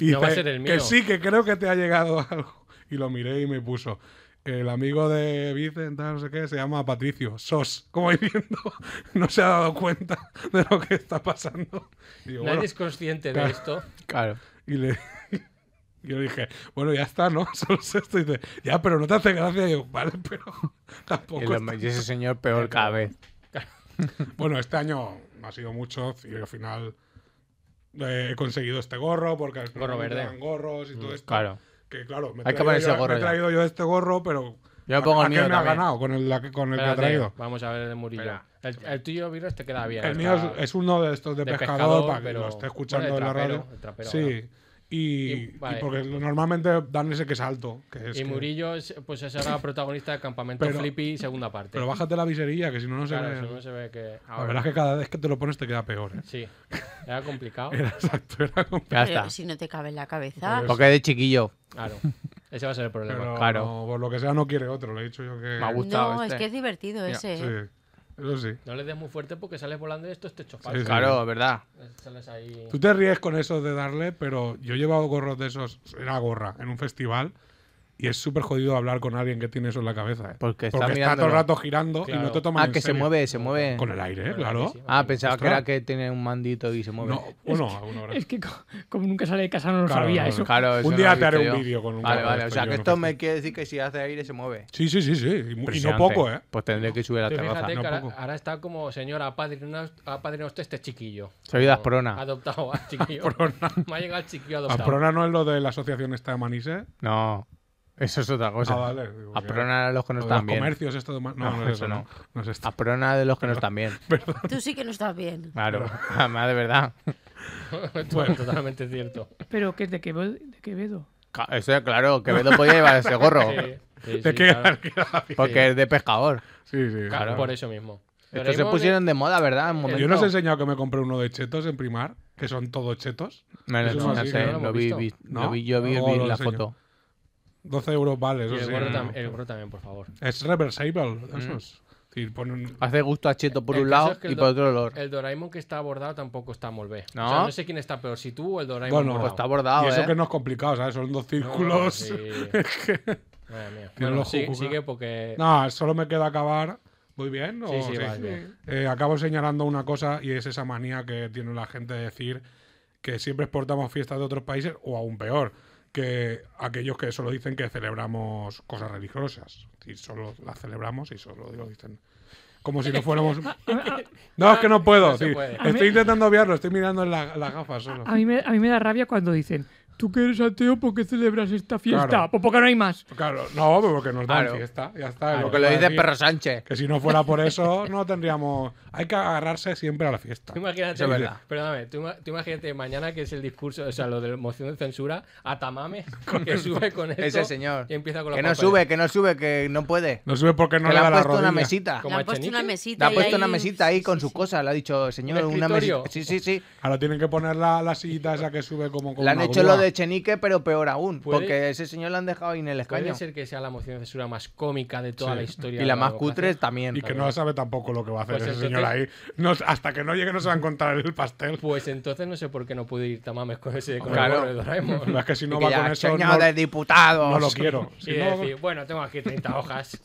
S3: Y
S2: No va a
S3: dice,
S2: ser el
S3: Que
S2: mío.
S3: sí, [laughs] que creo que te ha llegado algo. Y lo miré y me puso. El amigo de Vicent, tal, no sé qué, se llama Patricio. Sos, como diciendo, [laughs] no se ha dado cuenta de lo que está pasando. Y,
S2: Nadie
S3: digo, [laughs] bueno,
S2: es consciente de
S3: Claro.
S2: esto.
S3: [laughs]
S4: Claro.
S3: y le yo dije, bueno, ya está, ¿no? [laughs] Solo es esto. Y dice, ya, pero no te hace gracia. Y yo, vale, [laughs] pero
S4: Y,
S3: tampoco.
S4: lo-
S3: está-
S4: y ese señor peor cada vez.
S3: Bueno, este año no ha sido mucho y al final eh, he conseguido este gorro porque al final
S2: Gorro
S3: me
S2: verde. Mm,
S3: quedan gorros y todo esto.
S4: Claro.
S3: Que claro, me he
S4: Hay que
S3: traído
S4: ponerse
S3: yo-
S4: el gorro
S3: me he
S4: ya.
S3: traído yo este gorro, pero.
S4: Yo
S3: ¿a-
S4: pongo el
S3: a
S4: mío
S3: qué me ha
S4: también.
S3: ganado con el, la- con el que ha
S2: Espérate,
S3: traído?
S2: Vamos a ver el de Murillo.
S3: Espera,
S2: El, el tuyo, Virus, te queda bien.
S3: El
S2: está-
S3: mío es, es uno de estos de,
S2: de
S3: pescador,
S2: pescador,
S3: para que
S2: pero-
S3: lo esté escuchando
S2: bueno, de
S3: en la
S2: trapero,
S3: radio.
S2: de trapero,
S3: sí. Y,
S2: Y,
S3: y
S2: vale.
S3: porque lo- normalmente dan ese que es alto. Que es
S2: Y
S3: que-
S2: Murillo, es- pues es
S3: [laughs]
S2: ahora protagonista de Campamento
S3: Pero-
S2: Flippy, segunda parte.
S3: Pero bájate la viserilla, que si no, no se
S2: Claro,
S3: ve.
S2: si no se ve que.
S3: La verdad es que cada vez que te lo pones te queda peor. ¿eh? [laughs]
S2: Sí, era complicado.
S3: Era exacto, era como-
S4: Ya
S5: Pero
S4: está.
S5: si no te cabe en la cabeza.
S4: Porque de chiquillo.
S2: Claro, ese va a ser el problema.
S3: Pero
S4: Claro.
S3: no, por lo que sea, no quiere otro. Le he dicho yo que.
S4: Me ha gustado
S5: No,
S4: este.
S5: es que es divertido ese. ¿eh?
S3: Sí, eso sí.
S2: No le des muy fuerte porque sales volando y estos techos
S3: Sí,
S2: falsos.
S3: sí.
S4: Claro, ¿verdad?
S2: Sales ahí.
S3: Tú te ríes con eso de darle, pero yo he llevado gorros de esos, era gorra, en un festival Y es súper jodido hablar con alguien que tiene eso en la cabeza. ¿eh?
S4: Porque está
S3: todo el
S4: mirándolo.
S3: rato girando y no
S2: Claro.
S3: te toma
S4: Ah, que se mueve, se mueve.
S3: Con el aire, ¿eh?
S2: Pero
S3: claro.
S2: aquí sí.
S4: Ah, pensaba
S3: Ostras.
S4: que era que tiene un mandito y se mueve.
S3: No, bueno, alguna hora.
S6: Es que co- como nunca sale de casa no lo
S3: Claro,
S6: sabía
S3: no,
S6: eso.
S4: Claro, eso
S3: Un
S4: no
S3: día
S4: lo he
S3: te haré
S4: visto
S3: un
S4: yo.
S3: vídeo con un
S4: Vale,
S3: cabrón
S4: vale.
S3: de
S4: O sea,
S3: esto,
S4: que
S3: yo
S4: esto
S3: no sé.
S4: me quiere decir que si hace aire se mueve.
S3: Sí, sí, sí, sí. Y, mu- y no
S4: Impresionante.
S3: poco, ¿eh?
S4: Pues tendré que subir a la
S2: Tú
S4: terraza.
S2: fíjate
S3: no
S2: que ahora,
S3: poco.
S2: ahora está como señora, apadrina apadrina usted este chiquillo.
S4: Soy de
S2: Como
S4: Asprona.
S2: Adoptado
S4: [laughs]
S2: al chiquillo. Me ha llegado el chiquillo adoptado.
S3: Asprona no es lo de la asociación esta de Manises.
S4: No, eso Pues es otra cosa.
S3: Ah, vale, digo, ya.
S4: Aprona de los que no
S3: Lo de
S4: están
S3: los
S4: bien.
S3: comercios esto de Ma- No,
S4: No,
S3: no, es
S4: eso
S3: eso, no.
S4: no. Ah,
S3: No es esto.
S4: Aprona de los que no están bien.
S5: Tú sí que no estás bien.
S4: Claro, además de verdad.
S2: Esto es totalmente
S4: [laughs]
S2: cierto.
S6: Pero que es de Quevedo. De Quevedo.
S4: Ca- Eso es claro, Quevedo podía llevar ese gorro.
S2: Sí, sí, sí,
S3: Te queda-
S2: claro.
S3: queda bien.
S4: Porque es de pescador.
S3: Sí, sí.
S2: Claro,
S3: claro.
S2: Por eso mismo. Pero
S4: Estos se
S2: hemos-
S4: pusieron de moda, ¿verdad? En un
S3: Yo no os he
S4: momento.
S3: enseñado que me compré uno de chetos en primar, que son todos chetos.
S4: Me lo
S3: Eso
S2: no,
S4: enseñaste,
S2: sí, no lo
S4: lo
S2: hemos
S4: vi,
S2: visto.
S4: vi- lo
S3: No,
S4: vi- yo vi,
S3: luego
S4: vi
S3: lo
S4: la
S3: enseño.
S4: foto.
S3: 12 euros vale,
S2: Y
S3: eso
S2: el
S3: sí.
S2: gorro,
S3: no,
S2: tam-
S3: no.
S2: el gorro también, por favor.
S3: Es reversible,
S2: Mm.
S3: eso es. Sí, ponen-
S4: Hace gusto a Cheto por
S2: El
S4: un
S2: caso
S4: lado
S2: es que el
S4: y
S2: do-
S4: por otro olor.
S2: El Doraemon que está abordado tampoco está muy bien.
S4: ¿No?
S2: O sea, no sé quién está peor, si tú o el Doraemon.
S3: Bueno,
S4: Pues está
S2: bordado.
S4: bordado,
S3: y eso
S4: ¿eh?
S3: que no es complicado, ¿sabes? Son dos
S2: No,
S3: círculos.
S2: sí.
S3: [laughs]
S4: [laughs]
S2: Madre mía.
S3: Tiene
S2: Bueno,
S3: los
S2: sí-
S3: jucus,
S2: sigue
S3: claro.
S2: porque.
S3: No, solo me queda acabar. ¿Voy bien? o
S2: Sí, sí,
S3: sí?
S2: vas bien.
S3: Eh, acabo señalando una cosa y es esa manía que tiene la gente de decir que siempre exportamos fiestas de otros países o aún peor, que aquellos que solo dicen que celebramos cosas religiosas. Y solo las celebramos y solo lo dicen. Como si no
S6: [laughs]
S3: fuéramos... No, es que no puedo.
S2: No se
S3: sí.
S2: puede.
S3: Estoy intentando obviarlo, estoy mirando en la- las gafas solo.
S6: A mí, me, a mí me da rabia cuando dicen, tú que eres ateo, ¿por qué celebras esta fiesta?
S3: Claro.
S6: Pues porque no hay más.
S3: Claro, no, porque nos dan
S4: Claro.
S3: fiesta. Ya está. es
S4: Lo
S3: que
S4: que lo
S3: iba a
S4: dice
S3: decir.
S4: Perro Sánchez.
S3: Que si no fuera por eso, no tendríamos. Hay que agarrarse siempre a la fiesta.
S2: Tú imagínate,
S4: Eso es verdad.
S2: perdóname, tú, ima- tú imagínate mañana que es el discurso, o sea, lo de moción de censura, a
S4: [laughs]
S2: Tamame, que sube con esto
S4: Ese señor.
S2: y empieza con los
S4: Que no
S2: papeles.
S4: sube, que no sube, que no puede.
S3: No sube porque no
S4: que
S3: le
S4: le
S3: da
S4: han
S3: la
S4: puesto
S3: rodilla.
S4: una mesita.
S2: Como
S5: Le
S2: a
S5: han puesto una
S2: Echenique.
S4: Le
S5: mesita.
S4: ha
S5: y
S4: puesto
S5: ahí-
S4: una mesita ahí con
S5: sí,
S4: sus
S5: sí.
S4: cosas. Le ha dicho, señor,
S2: ¿Un
S4: una
S2: escritorio?
S4: mesita. Sí, sí, sí.
S3: Ahora tienen que poner la, la sillita esa que sube como. como
S4: Le han
S3: una
S4: hecho
S3: grúa.
S4: lo de Chenique, pero peor aún.
S2: ¿Puede?
S4: Porque ese señor lo han dejado ahí en el
S2: Puede
S4: escaño.
S2: ser que sea la moción de censura más cómica de toda la historia.
S4: Y
S2: de
S4: la más
S2: democracia.
S4: cutre también.
S3: Y que no sabe tampoco lo que va a hacer
S2: Pues
S3: ese
S2: entonces-
S3: señor ahí. No- hasta que no llegue, no se va a encontrar el pastel.
S2: Pues entonces no sé por qué no pude ir Tamames con ese con
S4: Claro.
S2: el gorro de
S4: [laughs]
S2: Doraemon.
S3: Es que si no
S4: Pues Y que
S3: va
S4: ya,
S3: con eso,
S4: señor
S3: no,
S4: de diputados.
S3: no lo quiero.
S2: Y
S3: Si no,
S2: decir, bueno, tengo aquí 30 hojas.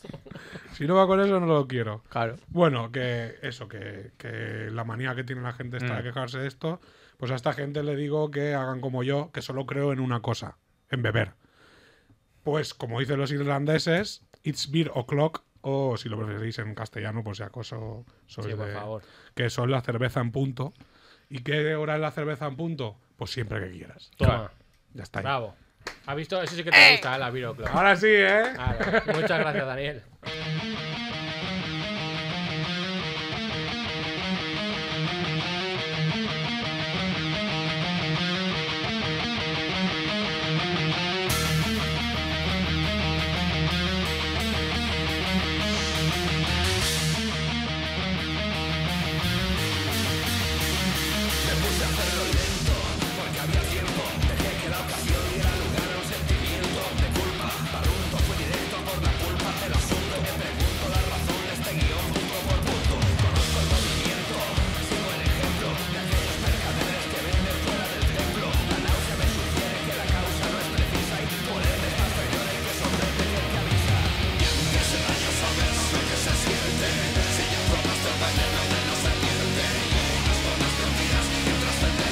S3: si no va con eso, no lo quiero.
S4: Claro.
S3: Bueno, que eso, que, que la manía que tiene la gente está
S2: Mm.
S3: de quejarse de esto, pues a esta gente le digo que hagan como yo, que solo creo en una cosa, en beber. Pues como dicen los irlandeses, it's beer o'clock, o si lo preferís en castellano, por si acaso
S4: Pues,
S3: sois
S2: Sí, por
S4: eh,
S3: de-
S2: favor.
S3: que son la cerveza en punto. ¿Y qué hora es la cerveza en punto? Pues siempre que quieras.
S2: Toma,
S3: Ya está. ahí.
S2: bravo. ¿Has visto? Eso sí que te gusta, ¿eh? la Viroclo.
S3: Ahora sí, ¿eh?
S2: Claro. Muchas gracias, Daniel.
S8: Mientras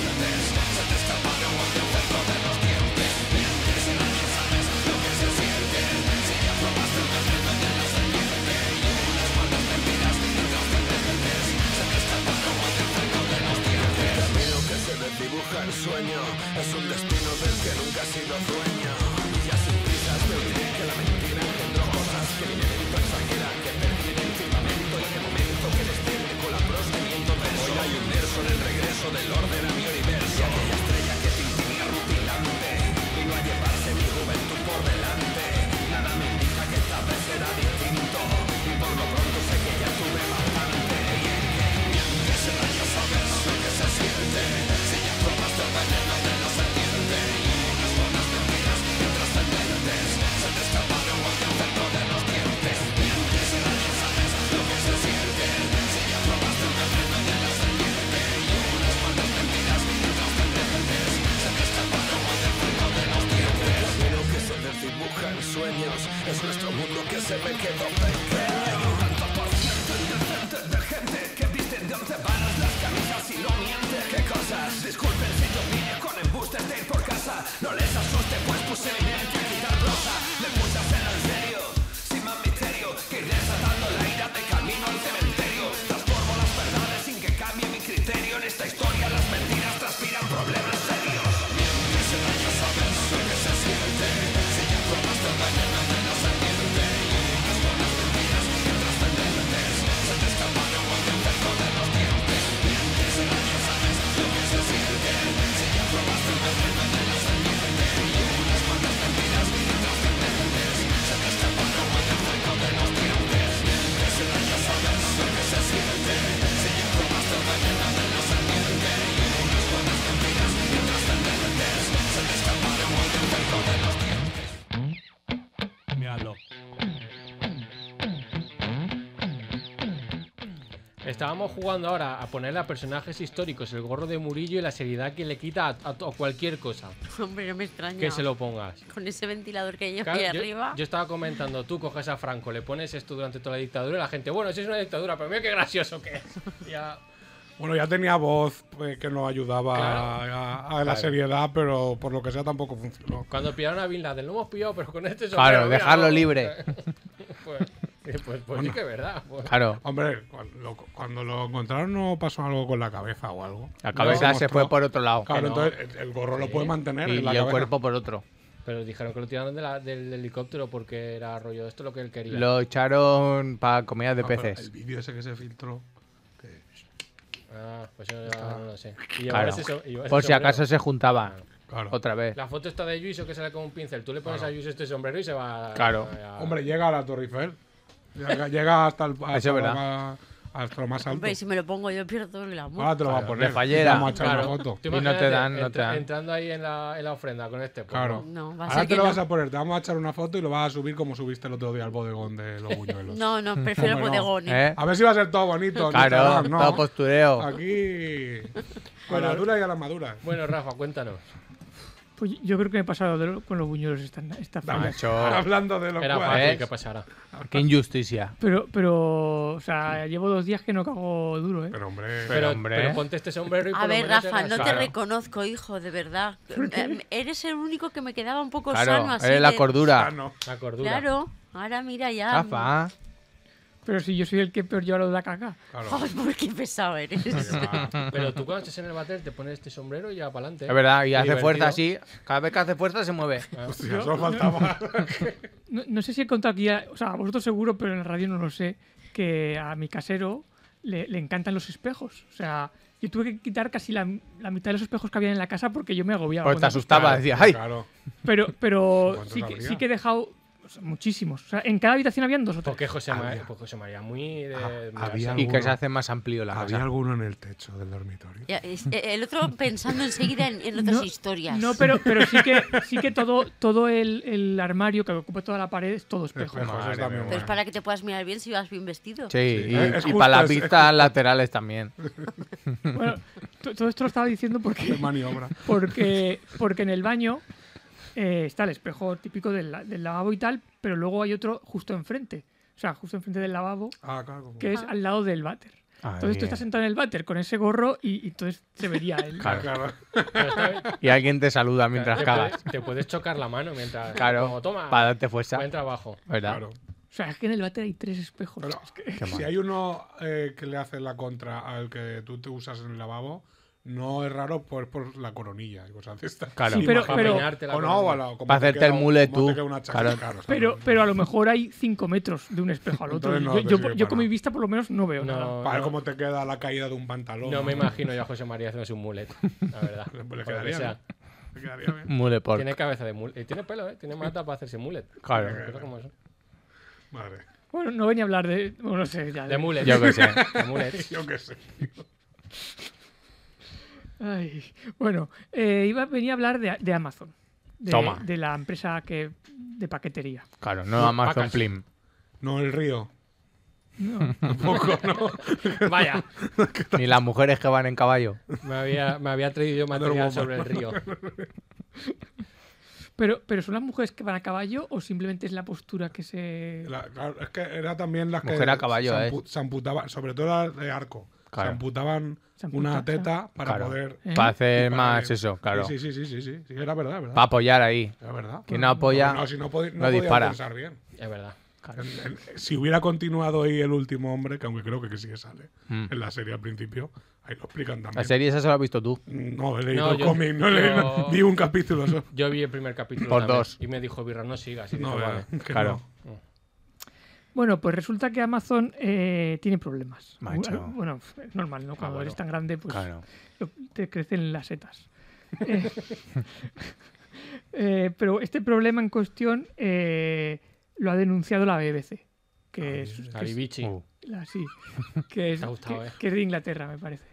S8: Miradlo.
S2: Estábamos jugando ahora a ponerle a personajes históricos el gorro de Murillo y la seriedad que le quita a, a- a cualquier cosa
S5: Hombre, no me extraña.
S2: que se lo pongas.
S5: Con ese ventilador que lleva
S2: Claro,
S5: ahí
S2: yo,
S5: arriba.
S2: yo estaba comentando, tú coges a Franco, le pones esto durante toda la dictadura y la gente, bueno, si es una dictadura, pero mira qué gracioso que es. Ya,
S3: Bueno, ya tenía voz eh, que nos ayudaba
S2: Claro.
S3: a, a la seriedad, pero por lo que sea tampoco funcionó.
S2: cuando pillaron a Bin Laden, lo hemos pillado, pero con este sombrero,
S4: [laughs] Claro,
S2: mira,
S4: dejarlo
S2: vamos".
S4: libre.
S2: [laughs] pues pues, pues sí que es verdad. pues.
S4: Claro.
S3: Hombre, cuando lo, cuando lo encontraron no pasó algo con la cabeza o algo.
S4: La cabeza se fue por otro lado.
S3: Claro,
S2: Que no.
S3: entonces el, el gorro lo puede mantener
S4: Y,
S3: en
S4: y
S3: la
S4: el
S3: cabeza.
S4: cuerpo por otro.
S2: Pero dijeron que lo tiraron de la- del helicóptero porque era rollo esto lo que él quería.
S4: Lo echaron para comidas de
S3: Ah, pero
S4: peces.
S3: El vídeo ese que se filtró. que-
S2: Ah, pues yo no, no lo sé. Y llevaba
S4: Claro.
S2: ese so- y llevaba
S4: Por
S2: ese
S4: si acaso
S2: sombrero.
S4: se juntaba
S3: Claro.
S4: otra vez.
S2: La foto está de Juicio que sale con un pincel. Tú le pones a Juicio este sombrero y se va.
S4: Claro.
S2: a- a-
S3: Hombre, llega a la Torre Eiffel. Llega, llega hasta, el, hasta,
S4: es
S3: lo
S4: verdad.
S3: más, hasta lo más alto.
S5: Hombre, si me lo pongo yo pierdo todo el glamour.
S3: Ahora te lo va a poner.
S4: de fallera.
S3: Vamos a echar
S2: Claro.
S3: una foto.
S2: Tú
S4: Y no te
S2: imagínate
S4: dan, no te dan.
S2: Entrando ahí en la, en la ofrenda con este. pues
S3: Claro.
S5: No, va a
S3: Ahora te
S5: ser que
S3: lo
S5: no.
S3: vas a poner. Te vamos a echar una foto y lo vas a subir como subiste el otro día al bodegón de
S5: [laughs]
S3: los buñuelos.
S5: No, no, prefiero
S3: Hombre, no.
S5: bodegones.
S4: ¿Eh?
S3: A ver si va a ser todo bonito. en
S4: Claro,
S3: Instagram, no.
S4: todo postureo.
S3: Aquí. A la dura y a la madura.
S2: Bueno, Rafa,
S3: [laughs]
S2: cuéntanos.
S6: Pues yo creo que me he pasado de lo- con los buñuelos esta, esta
S3: Ah,
S6: fase.
S4: Macho,
S3: Hablando de los
S2: Era
S3: cuadros.
S2: fácil
S4: ¿ves?
S2: que pasara.
S4: qué injusticia.
S6: Pero, pero, o sea, llevo dos días que no cago duro, ¿eh?
S3: Pero hombre.
S2: Pero,
S4: hombre.
S2: pero ponte este sombrero y por
S5: A
S2: lo
S5: ver,
S2: menos
S5: Rafa,
S2: era
S5: no te
S2: sano.
S5: reconozco, hijo, de verdad. Eh, Eres el único que me quedaba un poco Pues sano
S4: Claro,
S5: así.
S4: eres la
S5: de-
S4: cordura.
S3: sano.
S2: La cordura.
S5: Claro, ahora mira ya.
S4: Rafa.
S6: Pero si yo soy el que peor lleva lo de la caca.
S3: Claro. Ah,
S5: Ay, por qué pesado eres. [laughs]
S2: Pero tú cuando estés en el bater te pones este sombrero y ya para adelante.
S4: Es verdad, y hace fuerza así. Cada vez que hace fuerza se
S3: [laughs]
S4: mueve. Pues
S3: Hostia,
S4: [laughs]
S3: solo faltaba.
S6: No, no sé si he contado aquí, a- o sea, a vosotros seguro, pero en la radio no lo sé, que a mi casero le, le encantan los espejos. O sea, yo tuve que quitar casi la, la mitad de los espejos que había en la casa porque yo me agobiaba.
S4: Porque Pues te
S6: cuando-
S4: asustaba, decía, ¡ay!
S3: Claro.
S6: Pero, pero
S3: ¿Cuántos
S6: sí, que,
S3: habría?
S6: sí que he dejado o sea, muchísimos. O sea, en cada habitación habían dos o tres.
S2: Porque José, María, pues José María, muy de.
S3: Ah,
S2: mirarse.
S3: había-
S4: Y que se
S3: Alguno.
S4: hace más amplio la
S3: Había
S4: casa.
S3: alguno en el techo del dormitorio.
S5: Ya, es- eh, el otro pensando enseguida en, en otras
S6: No,
S5: historias.
S6: No, pero, pero sí que, sí que todo, todo el, el armario que ocupa toda la pared es todo espejo.
S3: Espejos,
S4: madre
S3: está
S4: mía.
S3: muy
S5: Pero es
S3: bueno.
S5: para que te puedas mirar bien si vas bien vestido.
S4: Sí, y,
S3: Eh, es
S4: y
S3: justo,
S4: para las
S3: es- es
S4: vistas laterales también.
S6: Bueno, to- todo esto lo estaba diciendo porque
S3: Qué maniobra.
S6: Porque, porque en el baño eh, está el espejo típico del, la- del lavabo y tal, pero luego hay otro justo enfrente. O sea, justo enfrente del lavabo,
S3: Ah, claro. como-
S6: que es al lado del váter. Entonces tú
S4: bien.
S6: estás sentado en el váter con ese gorro y, y entonces se vería él.
S4: Claro.
S3: Claro.
S2: Pero está-
S4: Y alguien te saluda [laughs]
S2: [laughs]
S4: mientras
S2: te,
S4: cagas.
S2: puedes, te puedes chocar la mano mientras.
S4: Claro,
S2: Como, toma.
S4: para darte fuerza.
S2: Buen trabajo.
S4: ¿Verdad?
S3: Claro.
S6: O sea, es que en el váter hay tres espejos.
S3: Pero-
S6: Es que-
S3: Si hay uno eh, que le hace la contra al que tú te usas en el lavabo, no es raro por, por la coronilla y cosas de estas.
S4: Claro.
S6: Sí, pero-
S2: Para
S6: pero-
S2: peinarte la
S3: o no,
S2: coronilla.
S3: o a la- como
S4: Para
S3: te
S4: hacerte
S3: queda
S4: el
S3: un-
S4: mule
S3: como te
S4: tú.
S3: queda una chaqueta,
S4: Claro.
S3: claro, o sea,
S6: Pero,
S3: no-
S6: pero a lo mejor hay cinco metros de un espejo al otro.
S3: Entonces no
S6: yo,
S3: te
S6: yo-
S3: sirve
S6: yo
S3: para
S6: con mi
S3: nada.
S6: vista por lo menos no veo nada.
S2: No,
S3: Para ver
S2: no,
S3: cómo te queda la caída de un pantalón.
S2: no me
S3: [laughs]
S2: imagino yo a José María haciéndose un mulet. La verdad.
S3: Le- le
S2: Por lo que
S3: quedaría,
S2: sea.
S3: ¿no? Te quedaría bien.
S4: Mule por.
S2: Tiene cabeza de mulet. Tiene pelo, ¿eh? Tiene mata para hacerse mulet.
S4: Claro.
S2: Cosas como eso.
S3: Madre.
S6: Bueno, no venía a hablar de. Bueno, no sé, ya.
S2: De mulet.
S4: Yo qué sé.
S2: [laughs] De mulet.
S3: Yo qué sé.
S6: Ay, bueno, eh, iba, venía a hablar de, de Amazon. De,
S4: Toma.
S6: de la empresa que, de paquetería.
S4: Claro, no Amazon
S2: Pacas.
S3: [laughs]
S4: Plim.
S3: No, el río.
S2: Vaya.
S4: Ni las mujeres que van en caballo.
S2: Me había, me había traído yo material sobre el río.
S6: Pero, pero ¿son las mujeres que van a caballo o simplemente es la postura que se.
S3: La- claro, es que era también las
S4: Mujer
S3: que
S4: a caballo,
S3: se,
S4: eh.
S3: ampu- se amputaban, sobre todo las de arco.
S4: Claro.
S3: Se amputaban
S6: Se amputa,
S3: una teta para
S4: Claro.
S3: poder.
S6: ¿Eh?
S4: Para hacer
S3: para-
S4: más eso, claro.
S3: Sí, sí, sí, sí, sí, sí. sí, Era verdad, verdad.
S4: Para apoyar ahí.
S3: Era verdad.
S4: Quien no apoya,
S3: No, si no, podi- no
S4: no
S3: podía
S4: dispara.
S3: pensar bien.
S2: Es verdad.
S4: Claro.
S3: El- el- Si hubiera continuado ahí el último hombre, que aunque creo que sí que sale
S4: Mm.
S3: en la serie al principio, ahí lo explican también.
S4: La serie esa solo la has visto
S3: Pues
S4: tú.
S3: No, he leído
S2: No,
S3: el
S2: yo-
S3: cómic, no he
S2: yo-
S3: [laughs] leído- vi un capítulo solo.
S2: Yo vi el primer capítulo.
S4: Por
S2: también,
S4: dos.
S2: Y me dijo Birra, no sigas. Y
S3: [laughs] No,
S2: dije,
S3: vea,
S2: vale.
S3: que
S4: Claro.
S3: no.
S6: Bueno, pues resulta que Amazon eh, tiene problemas.
S4: Macho.
S6: Bueno, es normal, ¿no? Cuando
S2: bueno.
S6: eres tan grande, pues
S4: Claro.
S6: lo- te crecen las setas. Eh, [laughs] eh, pero este problema en cuestión eh, lo ha denunciado la BBC. Que es, que es-
S2: Caribichi.
S4: Uh.
S2: [laughs]
S6: la- sí, que es,
S2: Te ha gustado,
S6: que-
S2: eh.
S6: que es de Inglaterra, me parece.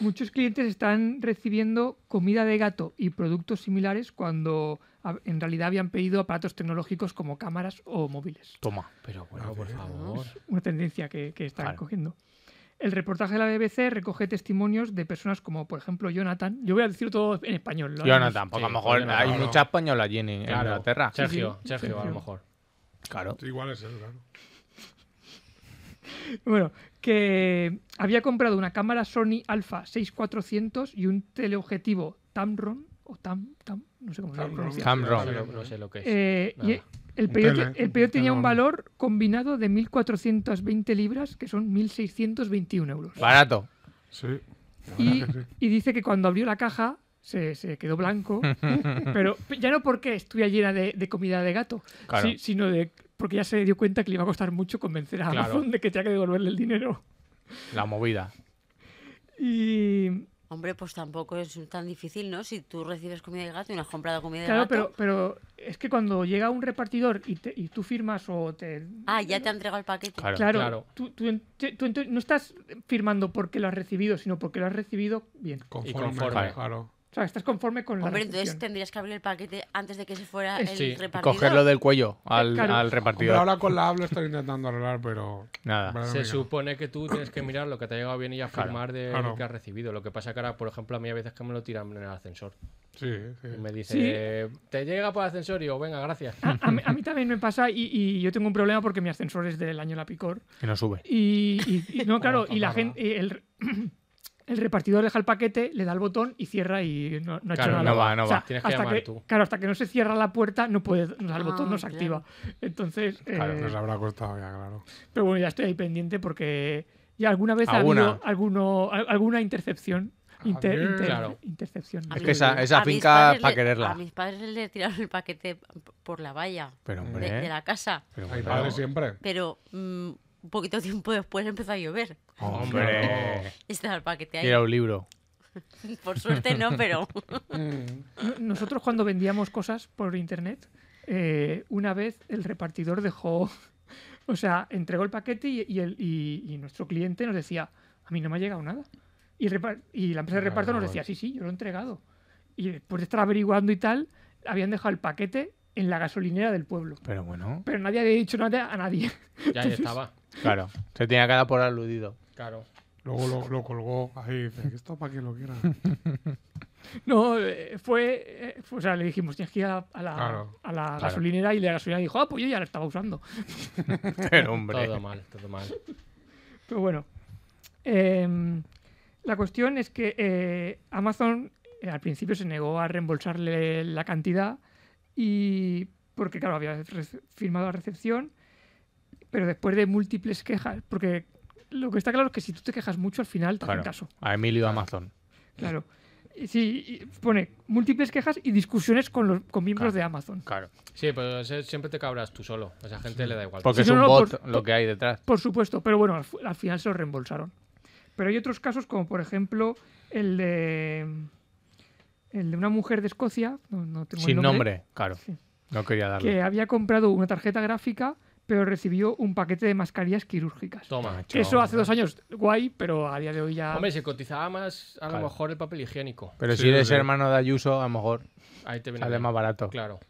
S6: Muchos clientes están recibiendo comida de gato y productos similares cuando a- en realidad habían pedido aparatos tecnológicos como cámaras o móviles.
S4: Toma.
S2: Pero bueno, por favor.
S6: Una tendencia que, que están
S4: Claro.
S6: cogiendo. El reportaje de la BBC recoge testimonios de personas como, por ejemplo, Jonathan. Yo voy a decir todo en español. ¿no?
S4: Jonathan, porque a
S2: Sí,
S4: lo mejor
S2: Jonathan,
S4: hay
S2: claro.
S4: mucha española allí en, en
S2: Claro.
S4: Inglaterra.
S2: Sergio,
S6: Sí, sí,
S2: Sergio, a lo
S6: Sergio.
S2: mejor.
S4: Claro.
S3: Igual es él, claro.
S6: Bueno, que había comprado una cámara Sony Alpha 6400 y un teleobjetivo Tamron o Tam, Tam, no
S4: Pues
S6: sé cómo se
S3: Tamron.
S6: pronuncia.
S2: No
S4: Camron.
S2: sé, lo- no sé lo que es.
S6: Eh, y
S2: Nada.
S6: el
S3: Un
S6: periodo,
S3: tele,
S6: el
S3: un
S6: periodo tenía
S3: Tamron.
S6: un valor combinado de 1420 libras, que son 1621
S4: [laughs]
S6: euros.
S4: Barato.
S3: [laughs] Sí.
S6: Y, y dice que cuando abrió la caja se, se
S2: [laughs]
S6: quedó blanco, pero ya no porque estuviera llena de, de comida de gato,
S4: Claro.
S6: si- sino de porque ya se dio cuenta que le iba a costar mucho convencer a
S2: Claro.
S6: Amazon de que tenía que devolverle el dinero.
S4: La movida.
S6: Y
S5: Hombre, pues tampoco es tan difícil, ¿no? Si tú recibes comida de gato y no has comprado comida
S6: claro,
S5: de gato.
S6: pero, pero es que cuando llega un repartidor y, te- y tú firmas o te...
S5: Ah, ya te ha entregado el paquete.
S4: Claro.
S6: Claro,
S2: Claro.
S6: Tú, tú en- te- tú ento- no estás firmando porque lo has recibido, sino porque lo has recibido bien.
S3: Conforme,
S2: conforme.
S3: claro.
S6: O sea, estás conforme con la
S5: Hombre, entonces
S6: recepción.
S5: tendrías que abrir el paquete antes de que se fuera
S6: Eh,
S5: el
S2: sí,
S5: repartidor.
S4: Cogerlo del cuello al,
S6: Claro.
S4: al
S3: Pero
S4: repartidor.
S3: ahora con la habla están intentando arreglar, pero.
S4: Nada.
S2: Se
S3: Madre mía.
S2: supone que tú tienes que mirar lo que te ha llegado bien y ya firmar de
S3: claro.
S2: lo que has recibido. Lo que pasa que ahora, por ejemplo, a mí a veces que me lo tiran en el ascensor.
S3: Sí, sí.
S2: Y me dice,
S6: Sí.
S2: eh, te llega por ascensor y yo, venga, gracias.
S6: A, a mí, a mí también me pasa y, y yo tengo un problema porque mi ascensor es del año La Picor.
S4: Y no sube.
S6: Y, y- y no, claro,
S3: Como
S6: y la
S3: catarro.
S6: gente... El, el repartidor deja el paquete, le da el botón y cierra y no, no ha hecho
S2: Claro,
S6: nada.
S4: no va, no
S6: O sea,
S4: va.
S2: Tienes que
S6: hasta
S2: llamar
S6: que-
S2: tú.
S6: Claro, hasta que no se cierra la puerta, no puede, o sea, el botón
S5: Ah,
S6: no se
S5: claro.
S6: activa. Entonces,
S4: Claro,
S6: eh,
S3: Nos habrá costado ya, claro.
S6: Pero bueno, ya estoy ahí pendiente porque ya alguna vez
S4: Alguna.
S6: ha habido alguno, al- alguna intercepción. Inter-
S3: Javier.
S6: inter-
S2: Claro.
S6: Intercepción. Eh,
S5: A
S4: Es
S5: mí-
S4: que esa- esa
S5: a mis
S4: finca
S5: padres
S4: pa'
S5: le-
S4: quererla.
S5: A mis padres le tiraron el paquete p- por la valla
S4: Pero
S5: de,
S4: hombre.
S5: de la casa,
S4: pero
S3: Hay
S4: bueno.
S3: padres siempre.
S5: pero mm, un poquito tiempo después empezó a llover.
S4: Hombre.
S5: Y Estaba el paquete ahí.
S4: Quiero un libro.
S5: Por suerte
S4: [laughs]
S5: no, pero
S6: No- Nosotros cuando vendíamos cosas por internet, eh, una vez el repartidor dejó, [laughs] o sea, entregó el paquete y, y el- y- y nuestro cliente nos decía, a mí no me ha llegado nada. Y, el repar- y la empresa de reparto nos decía, sí, sí, yo lo he entregado. Y después de estar averiguando y tal, habían dejado el paquete en la gasolinera del pueblo.
S4: Pero bueno.
S6: Pero nadie había dicho nada a nadie.
S2: Ya ahí estaba.
S4: Claro. Se tenía que dar por
S6: [laughs]
S4: aludido.
S2: Claro.
S3: Luego lo, lo colgó ahí. Dice, esto para quien
S4: [laughs]
S3: lo quiera.
S6: No, eh, fue, eh, fue- O sea, le dijimos, tienes que ir a la, a la-
S3: Claro.
S6: a la gasolinera y la gasolinera dijo, ah, pues yo ya la estaba usando.
S4: Pero hombre.
S2: Todo mal, todo mal.
S6: Pero bueno. em, la cuestión es que eh, Amazon eh, al principio se negó a reembolsarle la cantidad y porque claro había rece- firmado la recepción pero después de múltiples quejas porque lo que está claro es que si tú te quejas mucho al final te hacen
S4: Claro.
S6: caso
S4: A Emilio Amazon.
S6: claro Y sí y pone múltiples quejas y discusiones con los con miembros
S4: Claro.
S6: de Amazon
S4: Claro.
S2: Sí, pero se- siempre te cabras tú solo. A esa gente le da igual.
S4: Porque
S6: Sí,
S4: es un
S6: no, no,
S4: bot
S6: por-
S4: lo que hay detrás.
S6: Por supuesto, pero bueno, al, fu- al final se lo reembolsaron. Pero hay otros casos, como por ejemplo el de, el de una mujer de Escocia, no, no tengo el
S4: Sin nombre. Claro.
S6: Sí.
S4: No quería darle.
S6: que había comprado una tarjeta gráfica, pero recibió un paquete de mascarillas quirúrgicas.
S4: Ah,
S2: Toma.
S6: Que eso hace dos años, guay, pero a día de hoy ya.
S2: Hombre, si cotizaba más, a
S4: Claro.
S2: lo mejor el papel higiénico.
S4: Pero
S3: Sí,
S4: si eres
S3: sí.
S4: hermano de Ayuso, a lo mejor
S2: Ahí te viene.
S4: sale
S2: bien.
S4: más barato.
S2: Claro.
S4: [laughs]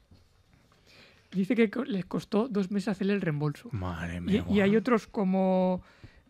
S6: Dice que co- les costó dos meses hacerle el reembolso.
S4: Madre
S6: Y,
S4: mía.
S6: y hay otros como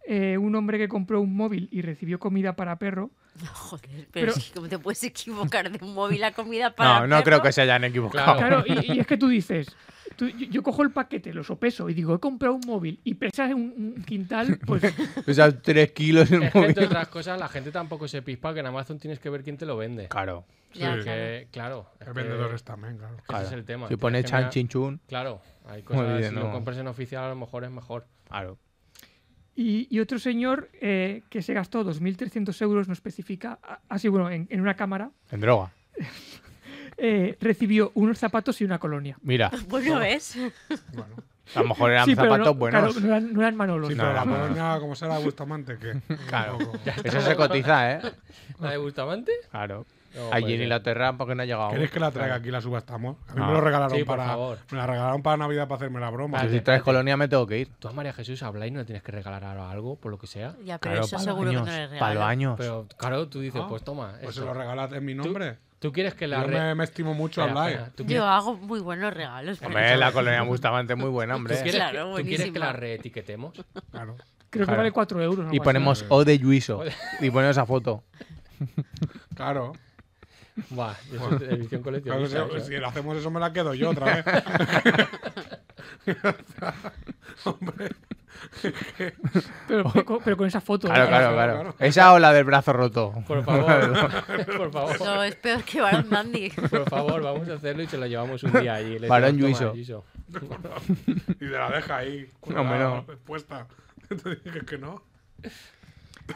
S6: eh, un hombre que compró un móvil y recibió comida para perro.
S5: joder, pero,
S6: Pero-
S5: es que ¿cómo te puedes equivocar de un móvil a comida para
S4: No, no [laughs]
S5: perro?
S4: creo que se hayan equivocado.
S2: Claro.
S6: Claro, y, y es que tú dices, tú- yo, yo cojo el paquete, lo sopeso y digo, he comprado un móvil y pesas un, un quintal, pues
S4: Pesas 3 kilos el
S2: Es que,
S4: móvil.
S2: entre otras cosas, la gente tampoco se pispa que en Amazon tienes que ver quién te lo vende.
S4: Claro.
S5: Ya,
S3: Sí.
S5: claro.
S2: Que, claro. es
S3: El
S2: que-
S3: vendedor es también, claro.
S2: Ese es
S4: claro.
S2: el tema.
S4: Si
S2: Tienes
S4: pones
S2: que
S4: chan
S2: mirar-
S4: chin chun,
S2: Claro, hay cosas.
S4: bien,
S2: si lo
S4: no.
S2: compras en oficial, a lo mejor es mejor.
S4: claro.
S6: Y, y otro señor eh, que se gastó 2.300 euros, no especifica, a- así bueno, en, en una cámara,
S4: En droga.
S6: eh, recibió unos zapatos y una colonia.
S4: Mira,
S5: Bueno, Pues ¿ves?
S3: Bueno.
S4: a lo mejor eran
S6: Sí, pero
S4: zapatos
S6: no,
S4: buenos.
S6: claro, no eran, no eran Manolos.
S3: Sí,
S4: No,
S3: pero la
S4: no, no.
S3: colonia, como será Bustamante, ¿qué?
S4: [laughs] Claro.
S3: Un poco.
S4: Eso se cotiza, ¿eh?
S2: ¿La de Bustamante?
S4: Claro.
S2: No, pues
S4: Allí
S2: puede
S4: en
S2: ser.
S4: Inglaterra, porque no ha llegado.
S3: ¿Queréis
S4: aún?
S3: que la traiga aquí la subastamos? A mí
S4: Ah.
S3: me lo regalaron
S2: Sí, por
S3: para.
S2: favor.
S3: Me la regalaron para Navidad para hacerme la broma.
S4: Yo
S2: Vale.
S4: si traes colonia me tengo que ir.
S2: Tú a María Jesús habla y no le tienes que regalar ahora algo, por lo que sea.
S5: Ya, pero
S4: para
S5: eso
S4: los
S5: seguro
S4: años,
S5: que no ¿eh? le regalan.
S4: Para los años.
S2: Pero claro, tú dices,
S3: Ah,
S2: pues toma.
S3: Pues
S2: esto.
S3: se lo regalas en mi nombre.
S2: Tú quieres que la
S3: Yo
S2: re-
S3: me, me estimo mucho
S2: Espera,
S3: hablar.
S2: espera, ¿Tú
S5: Yo
S2: quieres,
S5: hago muy buenos regalos. pero-
S4: Hombre, la colonia Bustamante es muy buena,
S2: tú
S4: hombre.
S2: quieres
S5: Claro,
S2: que- tú quieres
S5: buenísima.
S2: que la
S5: [laughs]
S2: reetiquetemos?
S3: Claro.
S6: Creo que
S4: Claro.
S6: vale 4 euros.
S4: Y
S2: pues
S6: algo así.
S4: ponemos O de
S2: [laughs]
S4: Juizo. Y ponemos esa foto.
S3: Claro.
S2: Buah, eso es edición
S3: Claro,
S2: coleccionista.
S3: si,
S2: eso,
S3: si
S2: ¿eh?
S3: lo hacemos eso me la quedo yo
S2: [laughs]
S3: otra vez. [laughs] Hombre,
S6: Pero, pero con- pero con esa foto. ¿eh?
S4: Claro,
S6: ¿no?
S4: claro, claro. Esa o la del brazo roto.
S2: Por
S4: [laughs]
S2: favor, [laughs] por favor,
S5: No, es peor que Baron Dandy.
S2: por favor, vamos a hacerlo y se lo llevamos un día allí. Le
S4: Varón
S2: decimos, "Toma,
S4: Yuiso".
S2: Yuiso.
S3: y te la deja ahí. con
S4: No, hombre,
S3: la
S4: no.
S3: respuesta. [laughs] Te dije que no.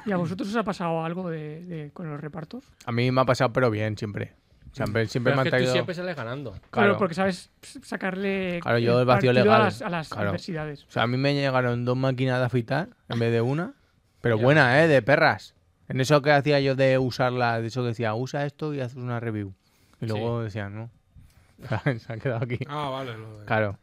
S6: ¿Y a vosotros os ha pasado algo de, de- con los repartos?
S4: A mí me ha pasado, pero bien, siempre. Siempre, siempre
S2: Mm. Pero es
S4: me han
S2: que
S4: traído.
S2: tú siempre sales ganando.
S4: Claro.
S6: Claro, porque sabes sacarle
S4: Claro, yo el vacío
S6: partido
S4: legal.
S6: a las, a las
S4: Claro.
S6: adversidades.
S4: O sea, a mí me llegaron dos máquinas de afeitar en vez de una. Pero buena, ¿eh? De perras. En eso que hacía yo de usarla, de eso que decía, usa esto y haces una review. Y luego
S2: [laughs]
S4: decían, no. [laughs] Se han quedado aquí.
S3: Ah, vale. Lo de...
S4: Claro.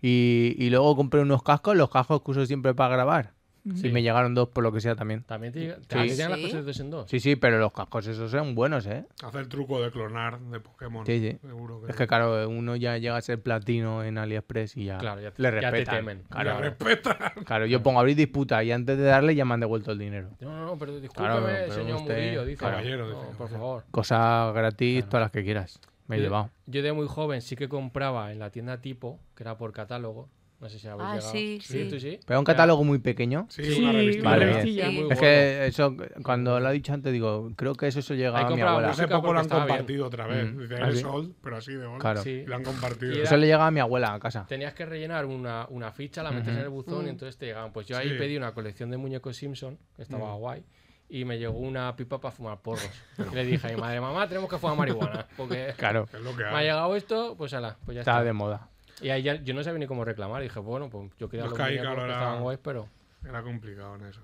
S4: Y, y luego compré unos cascos, los cascos que uso siempre para grabar.
S2: Sí.
S4: Y me llegaron dos por lo que sea también.
S2: También te, llega- también te llegan las
S5: ¿Sí?
S2: cosas de dos en dos.
S4: Sí, sí, pero los cascos esos son buenos, ¿eh?
S3: Hacer truco de clonar de Pokémon.
S4: Sí, sí.
S3: Seguro que.
S4: Es que claro, uno ya llega a ser platino en AliExpress y ya,
S2: Claro, ya te-
S4: le
S2: ya te
S4: respetan.
S2: temen.
S4: Claro,
S3: Ya respeta. [laughs]
S4: claro, yo pongo abrir disputa y antes de darle ya me han devuelto el dinero.
S2: No, no, no, pero discúlpeme,
S4: Claro, pero
S2: señor
S4: usted-
S2: Murillo, dice.
S3: Caballero,
S2: No,
S3: dice,
S2: por
S3: caballero.
S2: favor.
S4: Cosas gratis, todas las que quieras. Me he
S2: Yo-
S4: llevado.
S2: Yo de muy joven sí que compraba en la tienda tipo, que era por catálogo. No sé si habéis
S5: Ah,
S2: llegado.
S5: sí, sí.
S2: tú sí.
S4: Pero un catálogo muy pequeño.
S3: Sí, una
S6: Sí,
S3: revista.
S6: una
S4: Vale,
S6: revistilla.
S5: sí.
S2: Muy
S4: Es
S2: gordo.
S4: que eso, cuando lo ha dicho antes, digo, creo que eso se llegaba
S2: Ahí
S4: a mi
S2: compraba
S4: abuela.
S2: música.
S3: Hace poco
S2: porque
S3: lo han
S2: estaba bien.
S3: compartido otra vez.
S4: Mm.
S3: Dice,
S4: Ah,
S3: el
S4: sí.
S3: sol, pero así de gol.
S4: Claro.
S2: Sí.
S3: Y lo han compartido.
S2: Y era-
S4: Eso le llegaba a mi abuela a casa.
S2: Tenías que rellenar una, una ficha, la metes en el buzón y entonces te llegaban. Pues yo ahí
S3: Sí.
S2: pedí una colección de muñecos Simpson, que estaba guay, y me llegó una pipa para fumar porros. Y le dije a mi madre, mamá, tenemos que fumar marihuana, porque
S4: [laughs] Claro,
S3: Es lo que
S2: me ha
S3: hay.
S2: llegado esto, pues ala, pues ya
S4: estaba
S2: está.
S4: de moda.
S2: Y ahí ya, yo no sabía ni cómo reclamar, dije, bueno, pues yo quería
S3: Los
S2: los
S3: que ahí,
S2: muñecos
S3: claro,
S2: que
S3: era-
S2: estaban guays, pero...
S3: Era complicado en eso.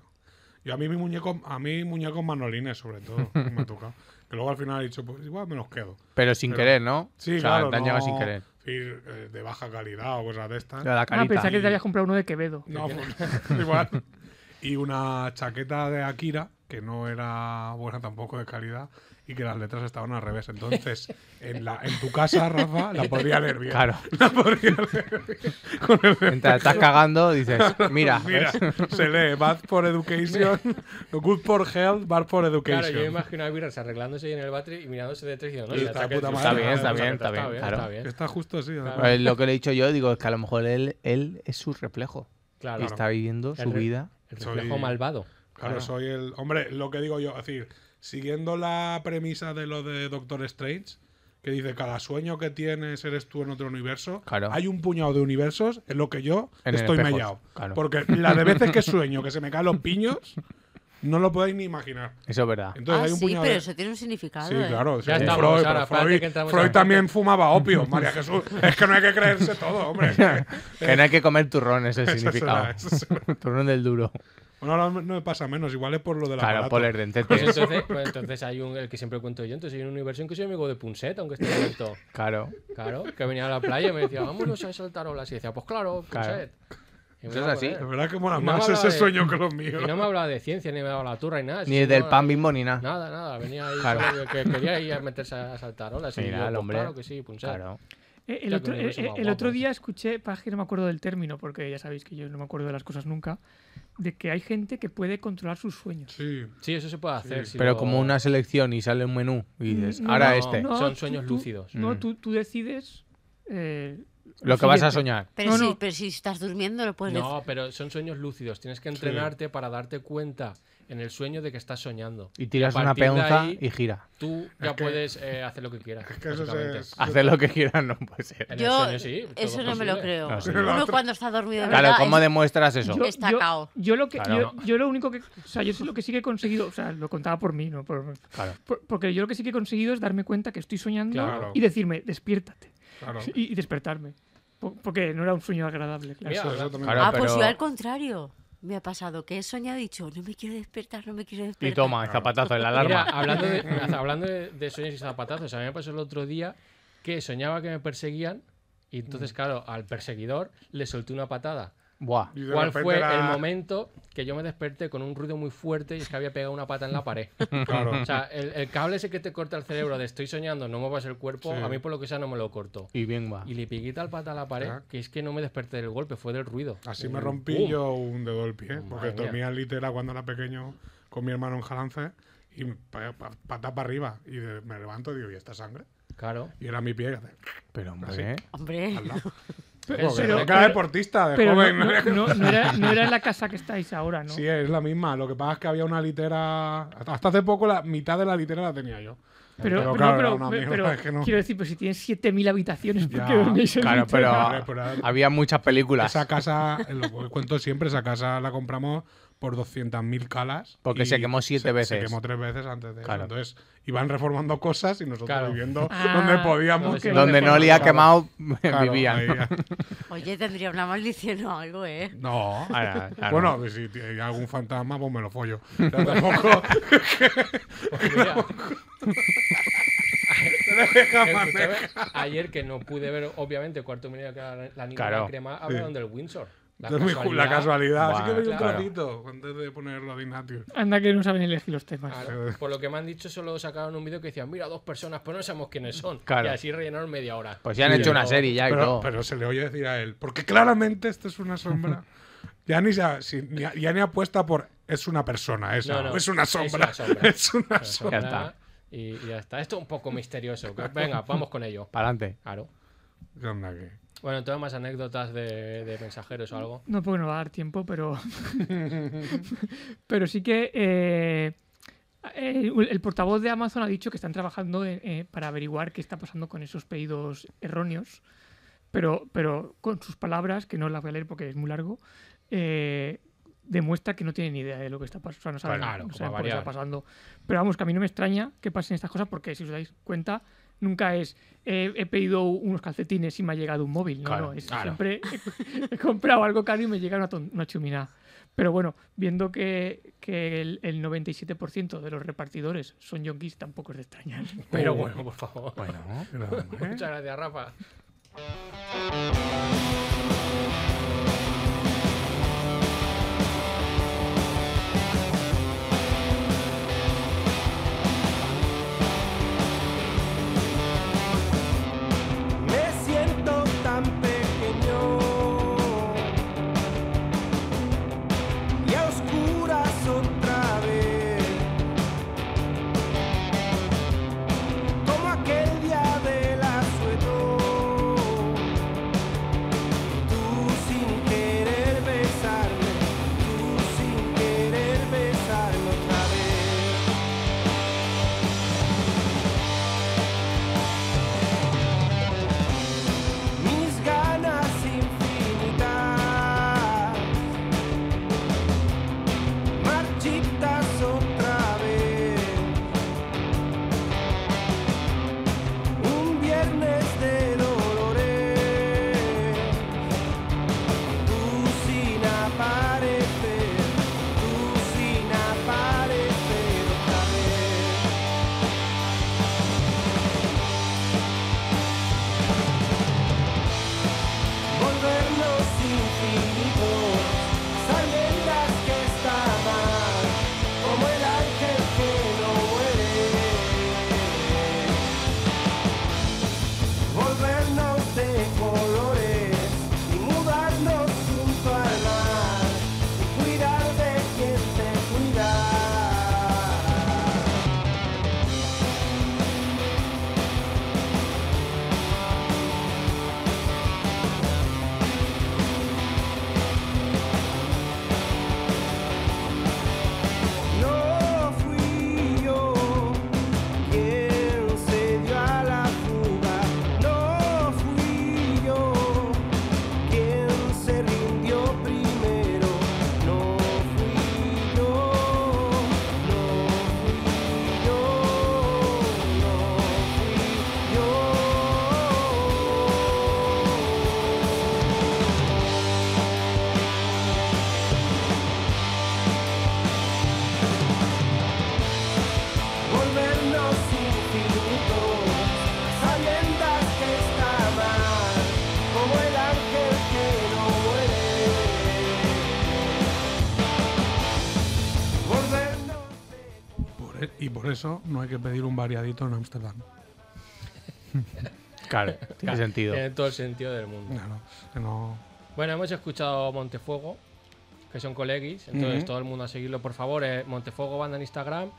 S3: Y a mí mis muñecos, a mí muñecos manolines
S4: [laughs]
S3: sobre todo, que me ha tocado. Que luego al final he dicho, pues igual me los quedo.
S4: Pero sin
S3: Pero-
S4: querer, ¿no?
S3: Sí,
S4: o sea,
S3: claro.
S4: te han llegado
S3: no
S4: sin querer.
S3: ir, eh, de baja calidad o cosas de estas.
S4: O sea, la
S6: Ah,
S4: carita.
S6: pensaba que te habías comprado uno de Quevedo.
S3: No, pues, [laughs] igual. Y una chaqueta de Akira, que no era buena tampoco de calidad, y que las letras estaban al revés. Entonces, en, la, en tu casa, Rafa, la podría leer bien. [laughs]
S4: Claro.
S3: La podría leer bien. Con el
S4: [laughs] Mientras estás cagando,
S3: [laughs]
S4: dices, mira,
S3: Mira, [laughs] se lee Bad for Education, Good for Health, Bad for Education.
S2: Claro, yo me imagino a Birras arreglándose ahí en el battery y mirándose detrás y diciendo, no,
S3: Sí,
S2: si
S3: está
S2: la chaqueta-
S3: puta madre,
S4: Está bien, está
S2: la
S4: bien,
S2: chaqueta
S4: está bien, claro.
S2: está bien.
S3: Está justo así. además.
S4: Pues lo que le he dicho yo, digo, es que a lo mejor él, él es su reflejo.
S2: Claro.
S4: Y está viviendo su
S2: El re-
S4: vida.
S2: El
S3: Soy-
S2: reflejo malvado.
S3: Claro, soy el. Hombre, lo que digo yo, es decir, siguiendo la premisa de lo de Doctor Strange, que dice cada sueño que tienes eres tú en otro universo,
S4: Claro.
S3: hay un puñado de universos en lo que yo
S4: En el
S3: estoy
S4: espejo,
S3: mellado.
S4: claro.
S3: Porque la de veces que sueño que se me caen los piños, no lo podéis ni imaginar.
S4: Eso es verdad.
S3: Entonces
S5: Ah,
S3: hay un
S5: sí,
S3: puñado
S5: pero
S3: de-
S5: eso tiene un significado.
S3: Sí,
S5: ¿eh?
S3: claro.
S2: Ya
S3: según
S2: estamos,
S3: Freud,
S2: ahora,
S3: pero
S2: espérate
S3: Freud-
S2: que entramos
S3: Freud
S2: a-
S3: también fumaba opio, María Jesús. [laughs] Es que no hay que creerse
S2: [laughs]
S3: todo, hombre.
S4: Que no hay que comer turrón, ese es el
S3: [laughs] Eso
S4: significado.
S3: será, eso será.
S4: [laughs] Turrón del duro.
S3: Bueno, ahora no me pasa menos, igual es por lo de la
S4: Claro,
S2: [laughs]
S4: por el
S2: Pues
S4: dentete.
S2: entonces, pues entonces hay un, el que siempre cuento yo, entonces hay un universo en que soy amigo de Punset, aunque esté muerto.
S4: Claro.
S2: Claro, que venía a la playa y me decía, vámonos a saltar olas. Y decía, pues claro,
S4: Claro.
S2: Punset. Y me
S4: Eso es
S2: iba
S4: así.
S2: con él.
S3: La verdad es que mola
S2: Y no me
S3: más
S2: hablaba
S3: ese
S2: de-
S3: sueño que los míos.
S2: Y no me hablaba de ciencia, ni me daba la turra, ni nada.
S4: Ni
S2: Sí,
S4: del
S2: no,
S4: pan bimbo ni nada.
S2: Nada, nada. Venía ahí
S4: Claro.
S2: solo que quería ir a meterse a saltar olas. y
S4: Mira,
S2: yo,
S4: el
S2: pues
S4: hombre.
S2: Claro que sí, Punset.
S4: Claro.
S6: Eh, el
S2: Ya, qué universo
S6: otro, eh, eh,
S2: más
S6: el
S2: guapo,
S6: otro
S2: sí.
S6: día escuché, para que no me acuerdo del término, porque ya sabéis que yo no me acuerdo de las cosas nunca, de que hay gente que puede controlar sus sueños.
S3: Sí.
S2: Sí, eso se puede hacer. si
S4: Pero
S2: lo-
S4: como una selección y sale un menú y dices,
S6: Mm,
S4: ahora
S2: no,
S4: este.
S2: no. Son sueños
S6: tú-
S2: lúcidos.
S6: No,
S4: Mm.
S6: tú, tú decides eh,
S4: Lo que vas a soñar.
S5: Pero,
S6: No,
S5: si,
S6: no.
S5: pero si estás durmiendo, lo puedes
S2: No, pero son sueños lúcidos. Tienes que entrenarte para darte cuenta en el sueño de que estás soñando.
S4: Y tiras
S2: A
S4: una
S2: partir de
S4: peonza
S2: ahí,
S4: y gira.
S2: Tú ya
S3: que-
S2: puedes eh, hacer lo que quieras.
S3: que eso
S2: básicamente.
S3: es-
S4: Hacer lo que quieras no puede ser.
S2: En el
S5: Yo
S2: sueño sí, todo
S5: eso no me lo
S2: posible.
S5: creo.
S4: No, sí.
S5: Uno cuando está dormido, de
S4: Claro,
S5: ¿verdad?
S4: ¿cómo
S5: es-
S4: demuestras eso?
S5: Yo- Está cao.
S6: yo lo que
S4: Claro,
S6: yo, yo lo único que o sea yo sí lo que sí que he conseguido o sea lo contaba por mí no por,
S4: Claro.
S6: por- porque yo lo que sí que he conseguido es darme cuenta que estoy soñando
S3: Claro.
S6: y decirme despiértate
S3: Claro.
S6: y, y despertarme Po- porque no era un sueño agradable claro.
S2: Mira,
S3: Eso- eso
S2: habla-
S3: también-
S4: Claro,
S5: Ah, pues
S4: pero-
S5: yo al contrario. Me ha pasado que he soñado y he dicho, no me quiero despertar, no me quiero despertar.
S4: Y toma, el zapatazo en la
S2: Mira,
S4: alarma.
S2: hablando
S3: [laughs]
S2: de, hablando de, de sueños y zapatazos, a mí me pasó el otro día que soñaba que me perseguían y entonces,
S3: Mm.
S2: claro, al perseguidor le solté una patada.
S4: Buah.
S3: Y de
S2: ¿Cuál
S3: repente
S2: fue
S3: era-
S2: el momento que yo me desperté con un ruido muy fuerte y es que había pegado una pata en la
S3: [laughs]
S2: pared?
S3: Claro.
S2: [laughs] O sea, el, el cable ese que te corta el cerebro de estoy soñando, no muevas el cuerpo,
S3: Sí.
S2: a mí por lo que sea no me lo cortó.
S4: Y bien va.
S2: Y le piqué tal pata a la pared
S3: Ah.
S2: que es que no me desperté del golpe, fue del ruido.
S3: Así
S2: Y
S3: me rompí
S2: ¡pum!
S3: yo un dedo del pie, porque
S2: Uh. Madre mía.
S3: dormía en litera cuando era pequeño con mi hermano en Jalance y pa- pa- pata para arriba. Y de- me levanto y digo, ¿y esta sangre?
S2: Claro.
S3: [laughs] Y era mi pie. que hace
S4: Pero
S3: Así.
S2: [laughs]
S4: hombre, ¿eh?
S5: Hombre,
S3: al lado.
S2: Pero-
S3: Porque
S6: pero-
S3: tenía cara de
S6: pero-
S3: deportista, de
S6: pero no,
S3: [laughs] joven. ¿eh?
S6: no- no- no era, no era la casa que estáis ahora no
S3: Sí, es la misma. Lo que pasa es que había una litera. Hasta hasta hace poco la mitad de la litera la tenía yo.
S6: pero, pero,
S3: claro,
S6: pero-
S3: era una mierda,
S6: pero
S3: [laughs] es que no.
S6: quiero decir pero si tienes 7000 habitaciones ¿por
S3: Ya,
S6: qué dormís en
S4: Claro,
S6: mi
S4: pero
S6: terraza?
S3: Hombre, pero-
S4: había muchas películas.
S3: Esa casa, eh, lo que cuento siempre, esa casa la compramos por 200.000 calas.
S4: Porque
S3: y
S4: se quemó siete
S3: se-
S4: veces.
S3: Se quemó tres veces antes de eso.
S4: Claro.
S3: Entonces iban reformando cosas y nosotros
S2: Claro.
S3: viviendo
S6: Ah,
S3: donde podíamos.
S6: ok.
S4: [laughs] Donde no le ha quemado, [laughs] vivían.
S3: Claro, ahí-
S5: oye, tendría una maldición o algo, ¿eh?
S3: No.
S4: [laughs] Ahora, claro.
S3: Bueno, pues si hay algún fantasma, pues me
S4: [laughs]
S3: lo follo. Pero tampoco [laughs]
S2: Pues mira,
S3: te [laughs] deja
S2: escúchame,
S3: manejar.
S2: ayer que no pude ver, obviamente, cuarto minuto que la, la niña
S4: Claro.
S2: la crema, hablaron del Windsor. La
S3: Es [laughs] muy ju- La casualidad. Así que
S4: Buah,
S3: veis un
S2: claro.
S3: trocito antes de ponerlo a Dinatio.
S6: anda que no saben elegir los temas
S2: Claro, por lo que me han dicho, solo sacaron un vídeo que decían, mira, dos personas, pero no sabemos quiénes son.
S4: Claro.
S2: Y así rellenaron media hora.
S4: Pues ya han
S2: Y
S4: hecho una
S2: luego-
S4: serie ya y
S3: Pero,
S4: todo.
S3: pero se le oye decir a él, porque claramente esto es una sombra. ya, ni, se- si- ni- ya ni apuesta por es una persona, es,
S2: No, no,
S3: es una
S2: es una
S3: sombra.
S2: sombra.
S3: [laughs] Es una
S2: [laughs] Eso,
S3: sombra.
S4: Ya
S2: nada,
S4: está.
S2: Y, y ya está. Esto es un poco misterioso. que- Venga, vamos con ello.
S4: Para adelante.
S2: Claro.
S3: ¿Qué onda aquí?
S2: Bueno, entonces más anécdotas de, de mensajeros o algo.
S6: No, porque no va a dar tiempo, pero. [laughs] pero sí que. eh, eh, el portavoz de Amazon ha dicho que están trabajando en- eh, para averiguar qué está pasando con esos pedidos erróneos. Pero, pero con sus palabras, que no las voy a leer porque es muy largo, eh, demuestra que no tienen ni idea de lo que está pasando. O sea, no saben,
S2: Claro,
S6: no
S2: como
S6: saben por qué
S2: variar.
S6: está pasando. Pero vamos, que a mí no me extraña que pasen estas cosas porque si os dais cuenta, nunca es eh, he pedido unos calcetines y me ha llegado un móvil. No,
S4: Claro,
S6: no, es
S4: claro.
S6: siempre eh, he, he comprado algo caro y me llega una, ton- una chuminada. Pero bueno, viendo que, que el, el 97% de los repartidores son yonkis, tampoco es de extrañar.
S2: Pero bueno, por favor.
S3: [laughs]
S4: Bueno,
S3: Pero, hombre,
S2: Uh. [laughs] Muchas gracias, Rafa.
S8: Me siento tan pequeño y a oscuras otra vez, como aquel día del asueto, tú
S3: Eh, Y por eso no hay que pedir un variadito en Ámsterdam.
S4: Claro,
S2: [laughs]
S4: tiene sentido.
S2: Tiene todo el sentido del mundo.
S3: Claro, que no.
S2: Bueno, hemos escuchado Montefuego, que son colegis, entonces
S3: Ujú.
S2: todo el mundo a seguirlo, por favor. eh, Montefuego banda en Instagram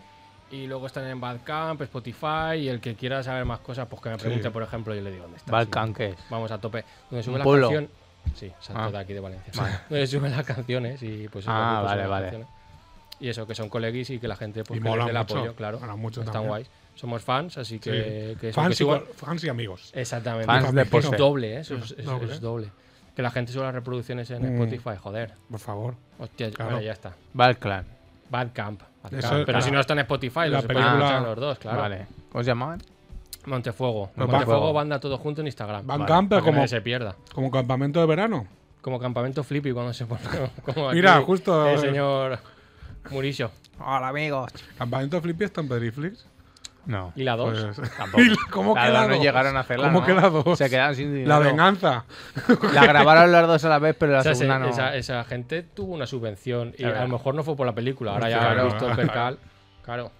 S2: y luego están en Badcamp, Spotify y el que quiera saber más cosas, pues que me pregunte, por ejemplo, yo le digo dónde está.
S4: Balkan,
S2: sí.
S4: ¿qué es?
S2: Vamos a tope. Donde sube
S4: ¿Un
S2: la
S4: pueblo?
S2: canción. Sí, Santo
S4: Ah.
S2: de aquí de Valencia. [laughs] Donde suben las canciones y pues.
S4: Ah,
S2: los grupos
S4: vale,
S2: suben las
S4: vale.
S2: canciones. Y eso, que son colegis y que la gente pues,
S3: Y
S2: que les
S3: mola
S2: dé el
S3: mucho,
S2: apoyo, claro.
S3: mola mucho
S2: Están
S3: también.
S2: guays. Somos fans, así que,
S3: Sí.
S2: que eso, que
S3: fans, y,
S2: suban-
S3: co- fans y amigos.
S2: Exactamente.
S4: Fans de
S2: es
S4: Porsche.
S2: doble, ¿eh? eso es, es-
S3: Doble.
S2: es doble. Que la gente suba las reproducciones en
S3: Mm.
S2: Spotify, joder.
S3: Por favor.
S2: Hostia,
S3: Claro.
S2: bueno, ya está.
S4: Balkan.
S2: Bad Camp. Bad
S3: Eso,
S2: Camp. Pero
S3: claro.
S2: si no está en Spotify,
S3: La
S2: los pueden
S4: película-
S2: escuchar los dos, claro.
S4: Vale. ¿Cómo se llamaban?
S2: Montefuego.
S4: Los
S2: Montefuego
S4: Bad-
S2: banda todo junto en Instagram.
S3: Van
S2: Vale,
S3: Camp,
S2: para
S3: pero
S2: que
S3: como,
S2: nadie se pierda.
S3: como campamento de verano.
S2: Como campamento flippy cuando se pone. [laughs] como aquí
S3: Mira, justo-
S2: El señor Murillo.
S4: Hola, amigos.
S3: Campamento Flippy está en Pediflix.
S4: No.
S2: Y la dos.
S3: [laughs]
S4: Tampoco.
S3: Pues, ¿Cómo
S4: La
S3: queda
S4: dos no
S3: dos?
S4: llegaron a hacerla.
S3: ¿Cómo
S4: ¿no?
S3: queda dos?
S4: Se quedaron sin dinero.
S3: La venganza.
S4: La grabaron las dos a la vez, pero [laughs] la
S2: O sea, se-
S4: segunda no.
S2: esa, esa gente tuvo una subvención y
S4: Claro.
S2: a lo mejor no fue por la película. Ahora
S3: Porque
S2: ya
S3: claro,
S2: han visto el percal. Claro.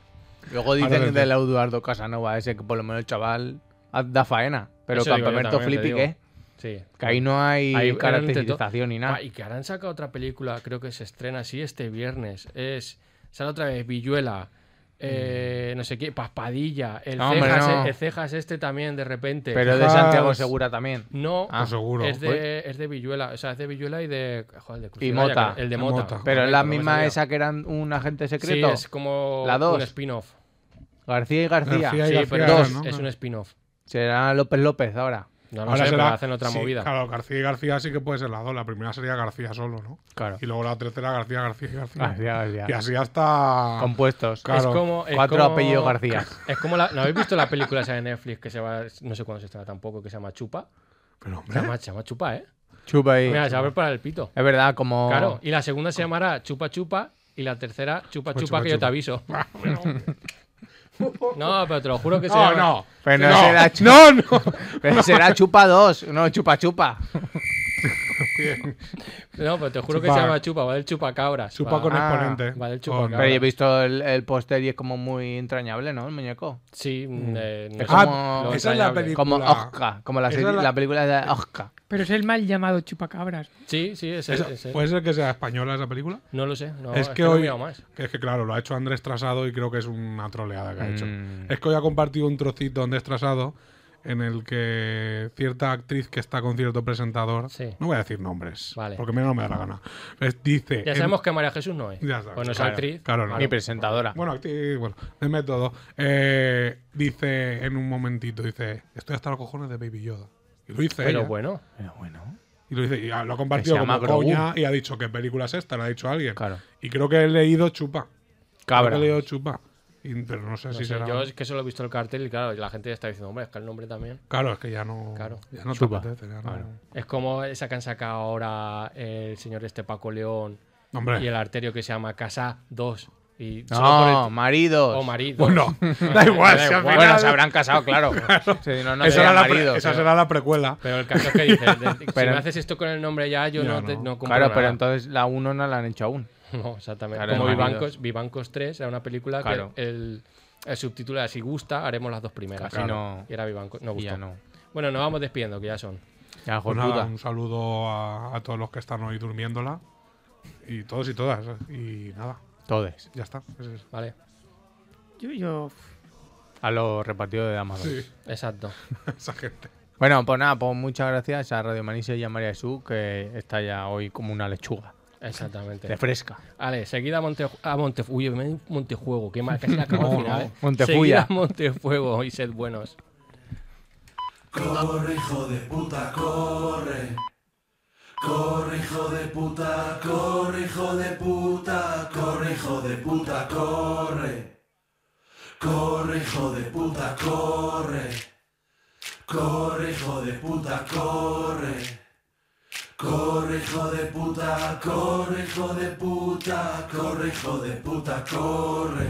S4: Luego
S3: Ahora
S4: dicen
S3: lo
S4: del Eduardo Casanova, ese que por lo menos el chaval haz- da faena. Pero
S2: Eso digo yo
S4: campamento
S2: también, te
S4: flippy,
S2: digo.
S4: ¿qué?
S2: Sí.
S4: ¿eh? Que ahí no hay
S2: Ahí eran
S4: caracterización ni
S2: intento-
S4: nada.
S2: Ah, y que ahora han sacado otra película, creo que se estrena así este viernes. Es. Sale otra vez Villuela. eh, no sé qué, Paspadilla. El,
S4: Mm. No, hombre,
S2: cejas,
S4: no.
S2: el cejas este también, de repente.
S4: Pero de
S3: Quizás-
S4: Santiago Segura también.
S2: no,
S4: Ah,
S3: seguro.
S2: Es, de, es de Villuela. O sea, es de Villuela y de. Joder, de Crucifix,
S4: Mota.
S2: El de
S3: Y
S2: Mota.
S3: Mota.
S4: Pero es la
S2: correcto, no me
S4: misma
S2: salía.
S4: esa que eran un agente
S2: Sí,
S4: secreto.
S2: es como
S4: La dos.
S2: un spin-off.
S4: García y García.
S3: García y
S2: Sí,
S3: García
S2: pero
S3: eran,
S2: es-
S3: ¿no?
S2: es un spin-off.
S4: Será López López ahora.
S2: No, no sé, pero hacen otra
S3: sí,
S2: movida.
S3: Claro, García y García sí que puede ser la dos. La primera sería García solo, ¿no?
S4: Claro.
S3: Y luego la tercera García, García y García.
S4: García, García.
S3: Y así hasta.
S4: Compuestos.
S3: Claro.
S2: Es como, es
S4: Cuatro
S2: como-
S4: apellidos García.
S2: [laughs] Es como la. ¿No habéis visto la película esa de Netflix que se va. No sé cuándo se estrena tampoco, que se llama Chupa?
S3: Pero, hombre,
S2: Se llama, se llama Chupa, ¿eh?
S4: Chupa ahí.
S2: Mira, se va a preparar el pito.
S4: Es verdad, como.
S2: Claro. Y la segunda se llamará Chupa Chupa. Y la tercera, Chupa Chupa,
S3: Pues
S2: que
S3: Chupa
S2: yo te
S3: Chupa.
S2: aviso.
S3: [laughs]
S2: no, pero te lo juro que se
S3: No,
S2: llama-
S3: no.
S4: Pero
S3: No,
S4: [laughs] será chupa. No, [laughs] Pero será chupa 2, no chupa chupa.
S3: [laughs]
S2: No, pero te juro que
S3: Chupa-
S2: se llama Chupa, va del Chupa Cabras.
S3: Supa con
S4: Ah,
S3: exponente.
S2: vale, el
S3: Con-
S2: chupacabra.
S4: Pero yo he visto el, el póster y es como muy entrañable, ¿no? El muñeco.
S2: Sí, eh, no
S4: Es
S2: sé,
S4: como-
S2: lo
S3: Mm. esa es la
S2: entrañable.
S3: película.
S4: Como Oscar, como la,
S3: Esa
S4: serie-
S3: es la-
S4: la película de Oscar.
S6: Pero es el mal llamado chupacabras.
S2: Sí, sí, ese,
S3: Esa-
S2: ese.
S3: ¿Puede ser que sea española esa película?
S2: No lo sé. No,
S3: es que
S2: no he
S3: hoy.
S2: mirado más.
S3: que es que claro, lo ha hecho Andrés Trasado y creo que es una troleada que ha hecho.
S4: Mm.
S3: Es que hoy ha compartido un trocito Andrés Trasado en el que cierta actriz que está con cierto presentador.
S2: Sí.
S3: No voy a decir nombres.
S2: Vale.
S3: Porque a mí no me da la gana. Les dice.
S2: Ya
S3: en-
S2: sabemos que María Jesús no es.
S3: Ya sabes,
S2: Pues no es
S3: claro,
S2: actriz.
S3: Claro, no.
S4: Ni presentadora.
S3: Bueno, actriz, bueno, de método. Eh, dice en un momentito, dice, estoy hasta los cojones de Baby Yoda. Y lo dice
S2: Pero
S3: ella.
S2: bueno.
S4: Pero bueno.
S3: Y lo, dice, y lo ha
S4: Que
S3: compartido
S4: se llama
S3: como
S4: Grogu.
S3: coña y ha dicho qué película es esta, le ha dicho alguien.
S4: Claro.
S3: Y creo que he leído Chupa. Creo que
S4: Cabra.
S3: he leído Chupa. Y- pero no sé
S2: no
S3: si
S2: sé,
S3: será.
S2: yo es que solo he visto el cartel y claro, la gente ya está diciendo, hombre, es que el nombre también.
S3: Claro, es que ya no.
S2: Claro.
S3: Ya no te
S4: Chupa.
S3: apetece, ya no-
S2: Es como esa que han sacado ahora el señor este Paco León
S3: Hombre. [laughs]
S2: y el arterio que se llama Casa 2. Y solo por
S4: No, Pues
S2: el-
S4: maridos.
S2: o marido.
S3: Bueno,
S4: [laughs]
S3: da igual, si al final-
S4: Oh, Bueno, se habrán casado,
S3: [laughs]
S4: claro. Sí, no, no
S3: esa,
S4: serían
S3: era la pre-
S4: maridos,
S3: esa
S4: pero-
S3: será la precuela.
S2: Pero el caso es que dices,
S4: [laughs]
S2: de- si
S4: Pero-
S2: me haces esto con el nombre ya, yo
S3: Ya
S2: no, te,
S3: no.
S2: no compro
S4: Claro, pero
S2: nada.
S4: entonces la 1 no la han hecho aún.
S2: [laughs] No, exactamente.
S4: Claro,
S2: como
S4: de maridos.
S2: Vivancos, Vivancos 3 era una película
S4: Claro.
S2: que el, el subtítulo era Si gusta, haremos las dos primeras.
S4: Claro.
S2: Y era Vivancos. No
S4: Y
S2: gustó.
S4: ya no.
S2: Bueno, nos vamos despidiendo, que ya son.
S4: Ya,
S3: Pues
S4: joder,
S3: nada,
S4: puta.
S3: un saludo a, a todos los que están hoy durmiéndola. Y todos y todas. Y nada,
S4: Todes.
S3: ya está. Es eso.
S2: Vale,
S6: Yo, yo
S4: A los repartidos de damas.
S3: Sí,
S2: exacto.
S3: esa gente.
S4: Bueno, pues nada, pues muchas gracias a Radio Manises y a María Jesús, que está ya hoy como una lechuga.
S2: Exactamente.
S4: Refresca.
S2: Vale, seguida a, Monte, a Monte- uy, me he dicho Montejuego, que mal, casi la acabo al final. eh.
S4: Montefulla.
S2: Seguid a Montefuego y sed buenos.
S9: Corre, hijo de puta, corre. Corre, hijo de puta, corre, hijo de puta, corre, hijo de puta, corre. Corre, hijo de puta, corre. Corre, hijo de puta, corre. Corre, hijo de puta, corre, hijo de puta, corre, hijo de puta, corre.